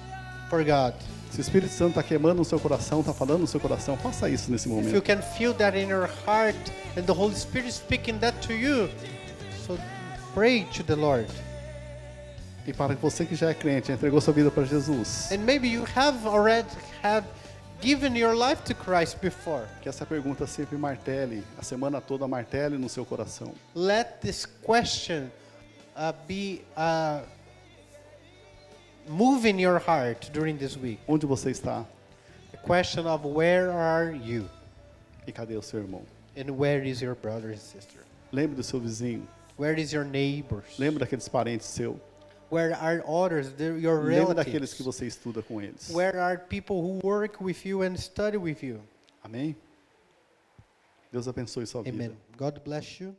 Speaker 2: for God."
Speaker 1: Se o Espírito Santo está queimando o seu coração, está falando no seu coração, faça isso nesse
Speaker 2: If you
Speaker 1: momento.
Speaker 2: can feel that in your heart and the Holy Spirit is speaking that to you, so pray to the Lord.
Speaker 1: E para você que já é crente, já entregou sua vida para Jesus,
Speaker 2: And maybe you have already have given your life to Christ before.
Speaker 1: que essa pergunta sempre martele, a semana toda martele no seu coração.
Speaker 2: Let this question uh, be uh, move in your heart during this week.
Speaker 1: Onde você está
Speaker 2: The question of where are you
Speaker 1: e cadê o seu irmão?
Speaker 2: and where is your brother and sister?
Speaker 1: Lembre do seu vizinho,
Speaker 2: Where is your neighbors?
Speaker 1: lembre daqueles parentes seu,
Speaker 2: Where are others? They're your
Speaker 1: lembre daqueles que
Speaker 2: relatives?
Speaker 1: você estuda com eles.
Speaker 2: Where are people who work with you and study with you?
Speaker 1: Amém? Deus abençoe sua vida.
Speaker 2: Amen. God bless you.